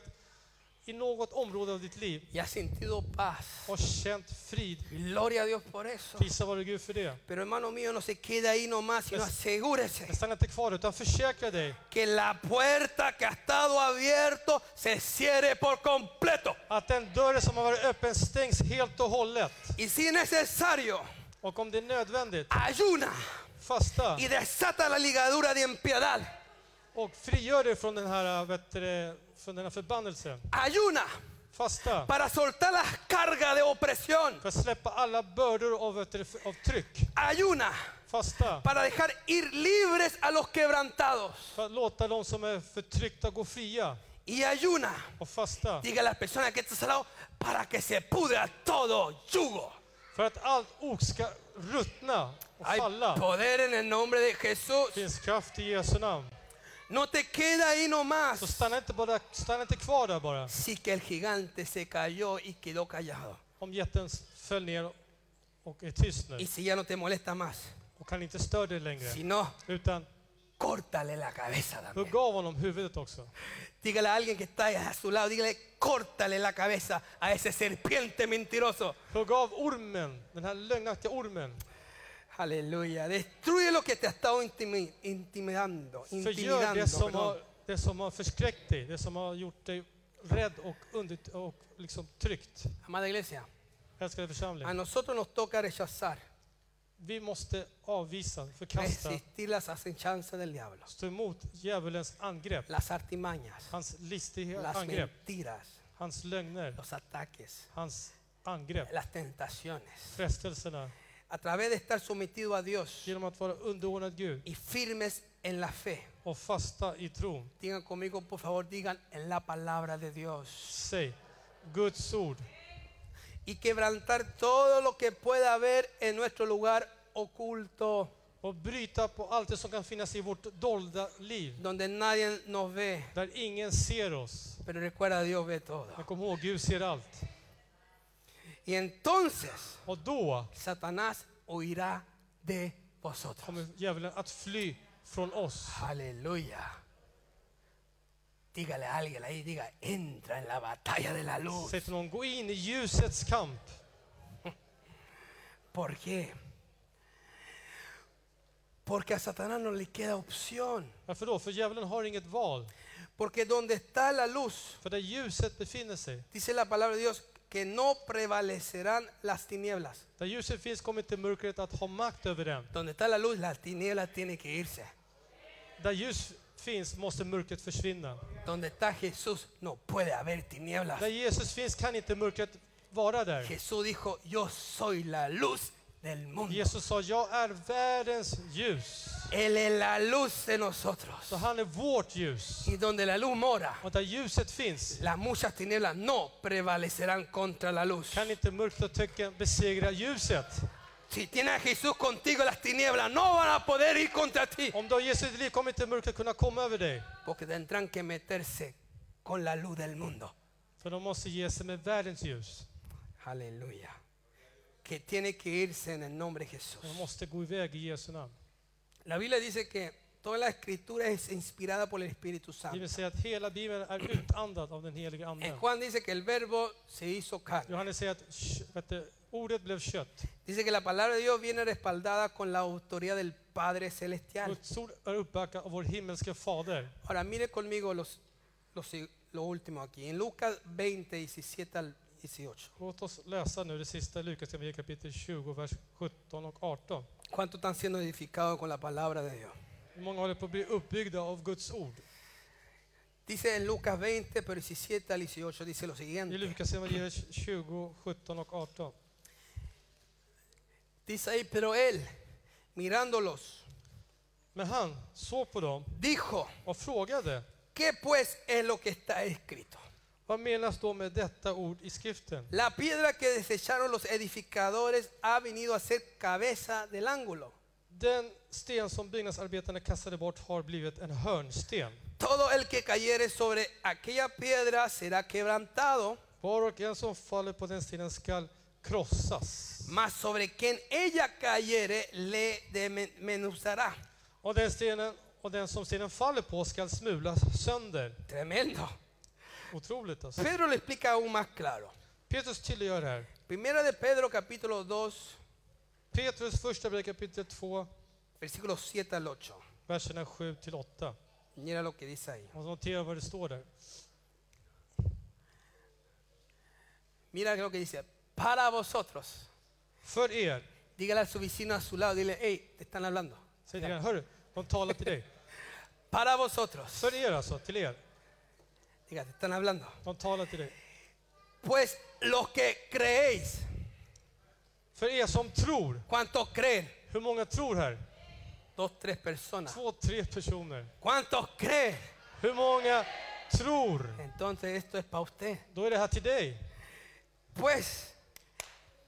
S2: i något område av ditt liv
S1: y ha sentido paz,
S2: och känt frid,
S1: gloria a Dios por eso.
S2: prisa vare Gud för det.
S1: Pero hermano mío, no se quede ahí nomás, sino asegúrese
S2: Men stanna inte kvar utan försäkra dig
S1: que la puerta que ha estado abierto se cierre por completo.
S2: att den dörren som har varit öppen stängs helt och hållet.
S1: Y si es necesario,
S2: Och om det är nödvändigt,
S1: ayuna
S2: fasta
S1: y desata la ligadura de impiedad.
S2: och frigör dig från den här, äh, vet du, det, från den här förbannelsen.
S1: Ayuna
S2: Fasta
S1: para soltar las cargas de opresión.
S2: för att släppa alla bördor av, vet du, av tryck.
S1: Ayuna
S2: Fasta
S1: para dejar ir libres a los quebrantados.
S2: för att låta de som är förtryckta gå fria.
S1: Y ayuna,
S2: Och fasta
S1: diga a las personas que estás al lado, para que se pudra todo yugo.
S2: för att allt ok ska ruttna och
S1: Hay
S2: falla.
S1: poder en el nombre de Jesús.
S2: Det finns kraft i Jesu namn.
S1: No te queda ahí nomás.
S2: Så stanna inte, bara, stanna inte kvar där bara.
S1: Sí que el gigante se cayó y quedó callado.
S2: Om jätten föll ner och är tyst nu
S1: Y si ya no te molesta más,
S2: och kan inte störa dig längre.
S1: si no,
S2: Utan
S1: córtale la cabeza también.
S2: hugg av honom huvudet också.
S1: Dígale a alguien que está ahí a su lado, dígale, córtale la cabeza a ese serpiente mentiroso.
S2: Hugg av ormen, den här lögnaktiga ormen.
S1: Aleluya. Destruye lo que te ha estado intimi- intimidando.
S2: Förgör det
S1: intimidando
S2: som,
S1: perdón.
S2: har, det som har förskräckt dig, det som har gjort dig rädd och, under, och liksom tryckt.
S1: Amada iglesia,
S2: Älskade församling,
S1: a nosotros nos toca rechazar,
S2: vi måste avvisa, förkasta,
S1: resistir las acechanzas del diablo,
S2: stå emot djävulens angrepp,
S1: las artimañas,
S2: hans listiga
S1: las
S2: angrepp,
S1: mentiras,
S2: hans lögner,
S1: los ataques,
S2: hans angrepp,
S1: las tentaciones.
S2: frestelserna.
S1: a través de estar sometido a Dios
S2: Genom att vara underordnad Gud
S1: y firmes en la fe.
S2: och fasta i tron.
S1: Digan conmigo, por favor, digan en la palabra de Dios.
S2: Säg Guds ord
S1: Y quebrantar todo lo que pueda haber en nuestro lugar oculto,
S2: och bryta på allt det som kan finnas i vårt dolda liv.
S1: donde nadie nos ve.
S2: Där ingen ser oss.
S1: Pero recuerda, Dios ve todo.
S2: Men kom ihåg, Gud ser allt.
S1: Y entonces
S2: Och då
S1: Satanás huirá de vosotros.
S2: kommer djävulen att fly från oss.
S1: Aleluya. Dígale a alguien ahí, diga, entra en la batalla de la luz.
S2: Säg till någon, gå in i ljusets kamp.
S1: ¿Por qué? Porque a Satanás no le queda opción.
S2: Varför då? För djävulen har inget val.
S1: Porque donde está la luz,
S2: För där ljuset befinner sig,
S1: dice la palabra de Dios, que no prevalecerán las tinieblas.
S2: där ljuset finns kommer inte mörkret att ha makt över den.
S1: Donde está la luz, las tinieblas tienen que irse.
S2: Där ljus finns måste mörkret försvinna.
S1: Donde está Jesús, no puede haber tinieblas.
S2: Där Jesus finns kan inte mörkret vara där.
S1: Jesús dijo, yo soy la luz del mundo.
S2: Jesus sa, jag är världens ljus.
S1: Él es la luz de nosotros.
S2: Så han är vårt ljus.
S1: Y donde la luz mora,
S2: Och där ljuset finns
S1: las muchas tinieblas no prevalecerán contra la luz.
S2: kan inte mörkret och töcken besegra ljuset.
S1: Si tienes a Jesús contigo, las tinieblas no van a poder ir contra ti.
S2: Om du har Jesus i ditt liv kommer inte mörkret kunna komma över dig.
S1: Porque tendrán que meterse con la luz del mundo.
S2: För de måste ge sig med världens ljus.
S1: Aleluya. Que tiene que irse en el nombre de Jesús.
S2: De måste gå iväg i Jesu namn.
S1: La Biblia dice que toda la escritura es inspirada por el Espíritu Santo.
S2: Bibeln säger att hela Bibeln är utandad av den helige
S1: En
S2: Anden.
S1: Juan dice que el verbo se hizo carne.
S2: Johannes säger att kö- vet du, ordet blev kött.
S1: Dice que la palabra de Dios viene respaldada con la autoridad del Padre Celestial.
S2: Guds ord är uppbackat av vår himmelske fader.
S1: Ahora mire conmigo los, los- lo último aquí. En Lucas 20, 17 al 18.
S2: Låt oss läsa nu det sista i Lukas evangeliet kapitel 20, vers 17 och 18.
S1: ¿Cuántos están siendo edificados con la palabra de Dios?
S2: Hur många håller på att bli uppbyggda av Guds ord?
S1: Dice en Lucas 20, pero 17 al 18, dice lo
S2: I
S1: siguiente.
S2: Lukas evangeliet 20, 17 och 18.
S1: Dice ahí, pero él, mirándolos,
S2: Men han såg på dem
S1: dijo,
S2: och frågade,
S1: ¿qué pues es lo que está escrito?
S2: vad menas då med detta ord i skriften?
S1: La piedra que desecharon los edificadores ha venido a ser cabeza del ángulo.
S2: Den sten som byggnadsarbetarna kastade bort har blivit en hörnsten.
S1: Todo el que cayere sobre aquella piedra será quebrantado,
S2: Var och en som faller på den stenen skall krossas.
S1: mas sobre quien ella cayere le desmenuzará.
S2: Och den, stenen, och den som stenen faller på skall smulas sönder.
S1: Tremendo.
S2: Otroligt alltså.
S1: Pedro lo explica aún más claro.
S2: Petrus tydliggör det här.
S1: Primera de Pedro capítulo 2,
S2: Petrus första brev kapitel 2,
S1: versículos 7 al 8.
S2: verserna 7 till 8.
S1: Mira lo que dice ahí.
S2: Och notera vad det står där.
S1: Mira lo que dice. Para vosotros.
S2: För er,
S1: Dígale a su vecino a su lado, dile, hey, te están hablando.
S2: säg till den, hörru, de talar till dig.
S1: Para vosotros.
S2: För er alltså, till er.
S1: Diga, te están hablando.
S2: De talar till dig.
S1: Pues los que creéis,
S2: För er som tror.
S1: ¿cuántos creen?
S2: Hur många tror här?
S1: Dos, tres personas.
S2: Två, tre personer.
S1: ¿Cuántos creen?
S2: Hur många tror?
S1: Entonces esto es para usted.
S2: Då är det här till dig.
S1: Pues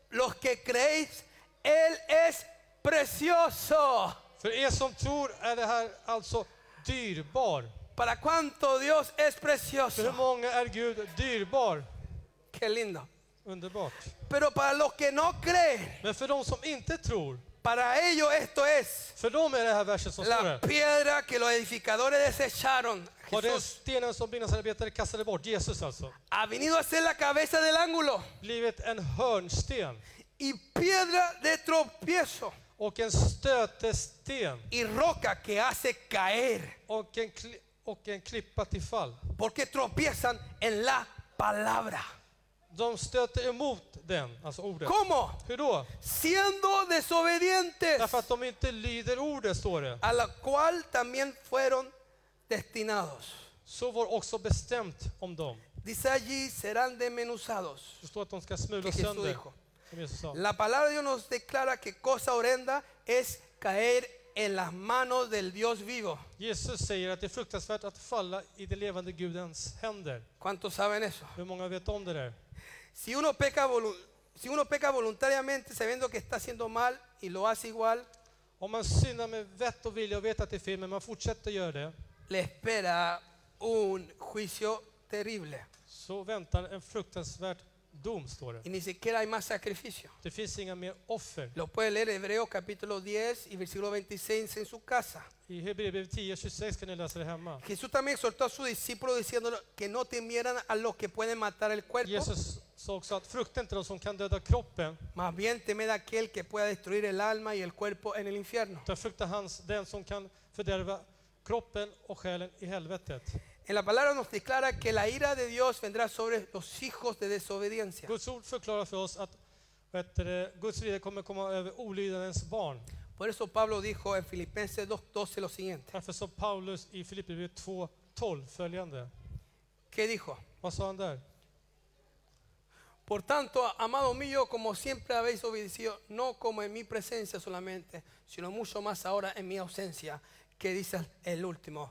S1: los que creéis, Él es precioso.
S2: För er som tror är det här alltså dyrbar.
S1: ¿Para cuánto Dios es
S2: För hur
S1: precioso?
S2: många är Gud dyrbar?
S1: Qué lindo.
S2: Underbart.
S1: Pero para los que no creen,
S2: Men för de som inte tror,
S1: para ellos esto es
S2: för dem är det här versen som står
S1: La
S2: här.
S1: piedra que los edificadores desecharon,
S2: Har den
S1: Jesús,
S2: stenen som byggnadsarbetare kastade bort, Jesus alltså,
S1: ha venido a ser la cabeza del ángulo
S2: blivit en hörnsten
S1: y piedra de tropiezo
S2: och en stötesten
S1: y roca que hace caer,
S2: och en, kli- och en klippa till fall.
S1: porque tropiezan en la palabra.
S2: De stöter emot den, alltså ordet.
S1: ¿Cómo?
S2: Hur då?
S1: Siendo desobedientes,
S2: Därför att de inte lyder ordet, står det.
S1: a la cual también fueron destinados.
S2: Så var också bestämt om dem.
S1: Dice allí, serán desmenuzados.
S2: Det står att de ska smulas
S1: Vilket
S2: sönder,
S1: står
S2: som Jesus sa.
S1: La palabra de Dios nos declara que cosa horrenda es caer en las manos del Dios vivo.
S2: Jesus säger att det är fruktansvärt att falla i det levande Gudens händer.
S1: ¿Cuántos saben eso?
S2: Hur många vet om det där?
S1: Si uno peca, volu- si uno peca voluntariamente sabiendo que está haciendo mal y lo hace igual,
S2: Om man syndar med vett och vilja och vet att det är fel, men man fortsätter göra det,
S1: le espera un juicio terrible
S2: så väntar en fruktansvärd dom, står det.
S1: y ni siquiera hay más sacrificio.
S2: Det finns inga mer offer.
S1: Lo puede leer Hebreos capítulo 10 y versículo 26 en su casa.
S2: I Hebreerbrevet 10.26 kan ni läsa det hemma.
S1: Jesús también exhortó a sus discípulos diciendo que no temieran a los que pueden matar el cuerpo,
S2: Jesus sa också att frukta inte de som kan döda kroppen,
S1: más bien temed a aquel que pueda destruir el alma y el cuerpo en el infierno.
S2: utan frukta hans, den som kan fördärva kroppen och själen i helvetet.
S1: En la palabra nos declara que la ira de Dios vendrá sobre los hijos de desobediencia.
S2: Guds ord förklarar för oss att vad heter det, Guds vilja kommer komma över olydnadens barn.
S1: Por eso Pablo dijo en Filipenses 2.12 lo siguiente.
S2: Därför sa Paulus i Filipperbrevet 2.12 följande.
S1: ¿Qué dijo?
S2: Vad sa han där?
S1: Por tanto, amado mío, como siempre habéis obedecido, no como en mi presencia solamente, sino mucho más ahora en mi ausencia, que dice el último.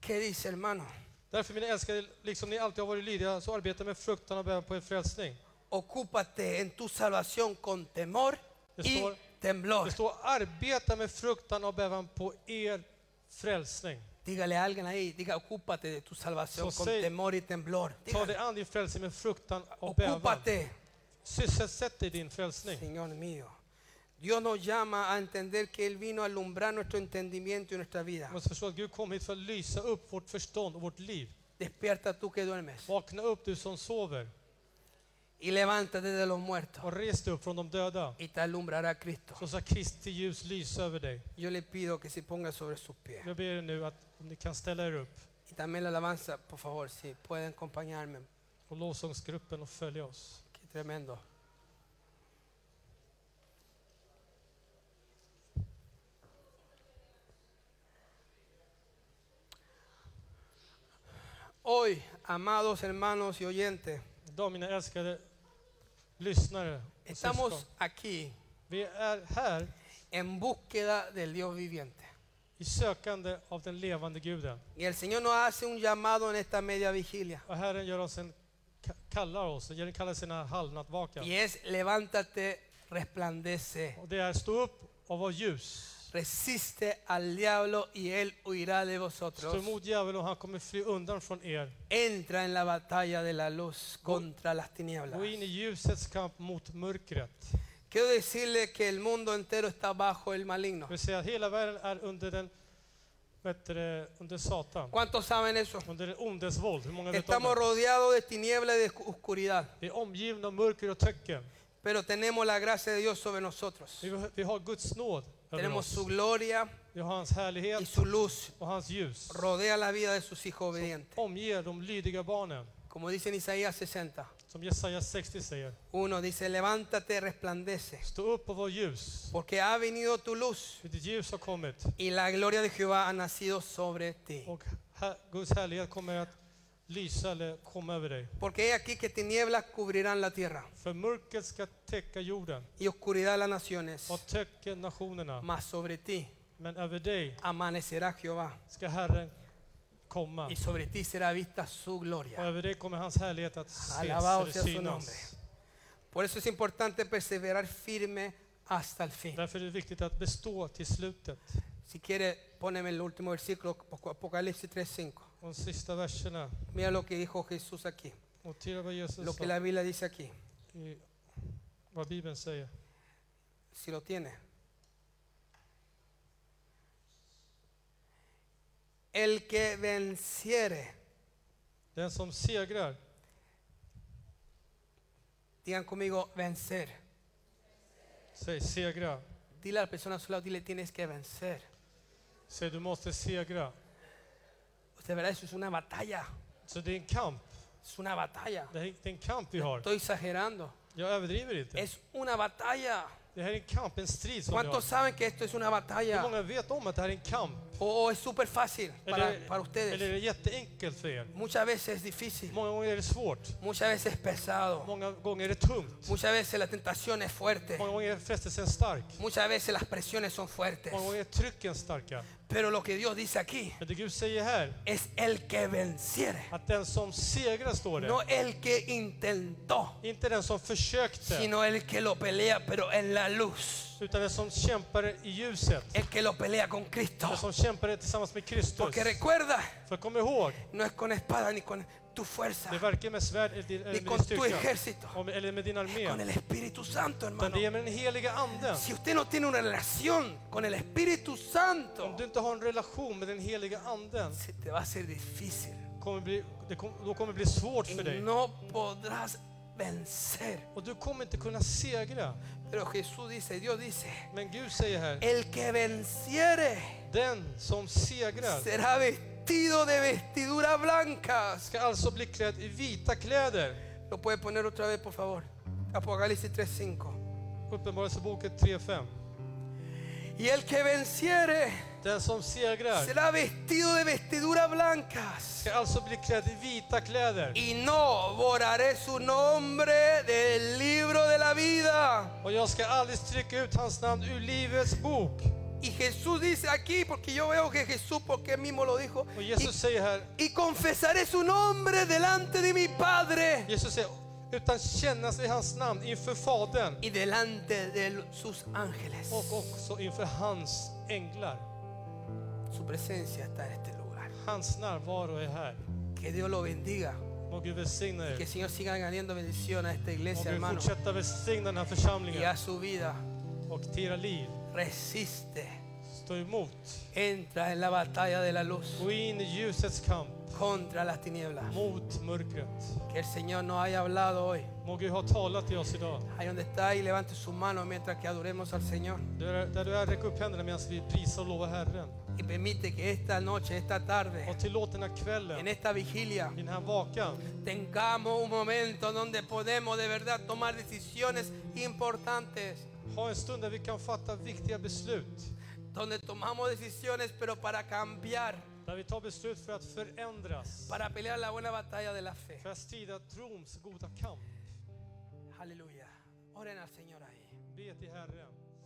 S1: ¿Qué dice hermano?
S2: Därför mina älskade, liksom ni alltid har varit lydiga, så arbeta med fruktan och bävan på er frälsning.
S1: Ocúpate en tu salvación con temor y
S2: Pastor,
S1: temblor.
S2: Det står arbeta med fruktan och bävan på er frälsning.
S1: Dígale a alguien ahí, diga, ocúpate de tu salvación
S2: So
S1: con
S2: say-
S1: temor y temblor.
S2: Ta
S1: Diga,
S2: dig an din frälsning med fruktan och bävan.
S1: ocúpate.
S2: Sysselsätt dig i din frälsning.
S1: Señor mío, Dios nos llama a entender que Él vino a alumbrar nuestro entendimiento y nuestra vida.
S2: Vi måste förstå att Gud kom hit för att lysa upp vårt förstånd och vårt liv.
S1: Despierta tú que duermes
S2: Vakna upp du som sover
S1: y levántate de los muertos
S2: och res dig upp från de döda.
S1: y te alumbrará Cristo.
S2: Så ska Kristi ljus lysa över dig.
S1: Yo le pido que se ponga sobre sus pies.
S2: Jag ber er nu att om ni kan ställa er upp
S1: Y también la alabanza, por favor, si pueden acompañarme.
S2: och lovsångsgruppen och följa oss.
S1: Qué tremendo. Hoy, amados hermanos y oyentes,
S2: Idag mina älskade lyssnare och syskon.
S1: estamos aquí
S2: Vi är här
S1: en búsqueda del Dios viviente.
S2: i sökande av den levande guden.
S1: Y el Señor nos hace un llamado en esta media vigilia.
S2: Och Herren gör oss en, ka- kallar oss, Herren kallar sina halvnattvakar.
S1: Y es levántate, resplandece.
S2: Och det är stå upp och var ljus.
S1: Resiste al diablo y él huirá de
S2: Stå
S1: vosotros.
S2: emot djävulen och han kommer fly undan från er.
S1: Entra en la batalla de la luz contra las tinieblas.
S2: Gå in i ljusets kamp mot mörkret.
S1: Quiero decirle que el mundo entero está bajo el maligno.
S2: Det vill säga att hela världen är under den, vad heter det, under Satan.
S1: ¿Cuántos saben eso?
S2: Under den ondes våld. Hur många vet om
S1: Estamos
S2: det?
S1: rodeados de tinieblas y de oscuridad,
S2: Vi är omgivna av mörker och töcken.
S1: pero tenemos la gracia de Dios sobre nosotros.
S2: Vi, vi har Guds nåd över
S1: Tenemos
S2: oss.
S1: su gloria
S2: Vi har hans
S1: y
S2: härlighet
S1: su luz.
S2: och hans ljus.
S1: Rodea la vida de sus hijos obedientes.
S2: Omger de lydiga barnen.
S1: Como dice en Isaías 60,
S2: Som Jesaja 60 säger.
S1: uno dice, levántate, resplandece,
S2: Stå upp och var ljus.
S1: porque ha venido tu luz
S2: För ditt ljus har kommit.
S1: y la gloria de Jehová ha nacido sobre ti.
S2: Och här, Guds härlighet kommer att lysa eller komma över dig.
S1: Porque he aquí que tinieblas cubrirán la tierra
S2: För mörkret ska täcka jorden
S1: y oscuridad las naciones,
S2: och täcka nationerna.
S1: mas sobre ti
S2: Men över dig
S1: amanecerá Jehová
S2: ska Herren komma.
S1: y sobre ti será vista su
S2: Och
S1: gloria.
S2: över dig kommer hans härlighet att ses
S1: Alabado
S2: eller
S1: sea su
S2: synas.
S1: nombre. Por eso es importante perseverar firme hasta el fin.
S2: Därför är det viktigt att bestå till slutet.
S1: Si quiere, poneme el último versículo, Apocalipsis 3.5.
S2: De sista verserna.
S1: Mira lo que dijo Jesús aquí,
S2: Notera vad
S1: lo
S2: Jesus
S1: que
S2: sa
S1: la Biblia dice aquí,
S2: i vad Bibeln säger.
S1: si lo tiene. El que venciere,
S2: Den som segrar,
S1: digan conmigo, vencer.
S2: säg segra.
S1: Dile a la persona a su lado, dile, tienes que vencer.
S2: Säg du måste segra.
S1: Usted verá, eso es una batalla.
S2: Så det är en kamp.
S1: Es una batalla.
S2: Det här- det är en kamp vi har.
S1: Estoy exagerando.
S2: Jag överdriver inte.
S1: Es una batalla.
S2: Det här är en kamp, en strid som vi har.
S1: ¿Cuántos saben que esto es una
S2: Hur
S1: batalla?
S2: många vet om att det här är en kamp?
S1: O, o es súper fácil para, para
S2: eller är
S1: ustedes.
S2: det jätteenkelt för er?
S1: Muchas veces es difícil.
S2: Många gånger är det svårt.
S1: Muchas veces es pesado.
S2: Många gånger är det tungt.
S1: Muchas veces la tentación es fuerte.
S2: Många gånger är frestelsen stark.
S1: Muchas veces las presiones son fuertes.
S2: Många gånger är trycken starka.
S1: Pero lo que Dios dice aquí
S2: Men det Gud säger här,
S1: es el que venciere.
S2: att den som segrar står det.
S1: No el que intentó,
S2: Inte den som försökte,
S1: sino el que lo pelea, pero en la luz.
S2: utan den som kämpar i ljuset.
S1: El que lo pelea con Cristo.
S2: Den som kämpar tillsammans med Kristus.
S1: Porque recuerda,
S2: För kom ihåg,
S1: no es con espada ni con tu fuerza,
S2: det är varken med svärd eller din- eller
S1: ni
S2: med
S1: con
S2: din
S1: tu
S2: styrka.
S1: ejército,
S2: om- Eller med din
S1: con
S2: armé.
S1: el Espíritu Santo,
S2: Utan
S1: hermano.
S2: det är med den heliga anden.
S1: Si usted no tiene una relación con el Espíritu Santo,
S2: Om du inte har en relation med den heliga anden,
S1: se te va a ser difícil.
S2: kommer bli, det kom, då kommer det bli svårt
S1: Y
S2: för dig.
S1: no podrás vencer.
S2: Och du kommer inte kunna segra.
S1: Pero Jesús dice, Dios dice,
S2: Men Gud säger här,
S1: el que venciere
S2: den som segrar
S1: será vestido de vestiduras blancas.
S2: ska alltså bli klädd i vita kläder.
S1: Lo puede poner otra vez, por favor. Apocalipsis 3:5.
S2: Uppenbarelseboken 3.5.
S1: Y el que venciere
S2: Den som segrar
S1: será vestido de vestiduras blancas.
S2: ska alltså bli klädd i vita kläder.
S1: Y no borraré su nombre del libro de la vida.
S2: Och jag ska aldrig stryka ut hans namn ur livets bok.
S1: Y Jesús dice aquí, porque yo veo que Jesús, porque él mismo lo dijo,
S2: Och Jesus säger här,
S1: y, y confesaré su nombre delante de mi Padre
S2: Jesus säger, utan kännas vid hans namn inför Fadern
S1: y delante de sus ángeles.
S2: och också inför hans änglar.
S1: Su presencia está en este lugar.
S2: Hans närvaro är här.
S1: Que Dios lo bendiga.
S2: Må Gud välsigna
S1: Que
S2: er.
S1: el Señor siga añadiendo bendición a esta
S2: Må
S1: iglesia,
S2: Gud
S1: hermano,
S2: fortsätta välsigna den här
S1: y
S2: församlingen
S1: a su vida.
S2: och till era liv.
S1: Resiste.
S2: Stå emot.
S1: Entra en la batalla de la luz
S2: Gå in i ljusets kamp
S1: contra las tinieblas.
S2: mot mörkret.
S1: Que el Señor nos haya hablado hoy.
S2: Må Gud ha talat till oss idag.
S1: Ahí donde está y levante su mano mientras que adoremos al Señor.
S2: Du är, där du är, räck upp händerna medan vi prisar och lovar Herren.
S1: Y permite que esta noche, esta tarde,
S2: Och tillåt den här kvällen,
S1: en esta vigilia,
S2: i den här vakan,
S1: tengamos un momento donde podemos de verdad tomar decisiones importantes.
S2: ha en stund där vi kan fatta viktiga beslut.
S1: Donde tomamos decisiones pero para cambiar,
S2: Där vi tar beslut för att förändras.
S1: para pelear la buena batalla de la fe.
S2: För att strida trons goda kamp.
S1: Aleluya. Oren al Señor ahí.
S2: Be till Herren.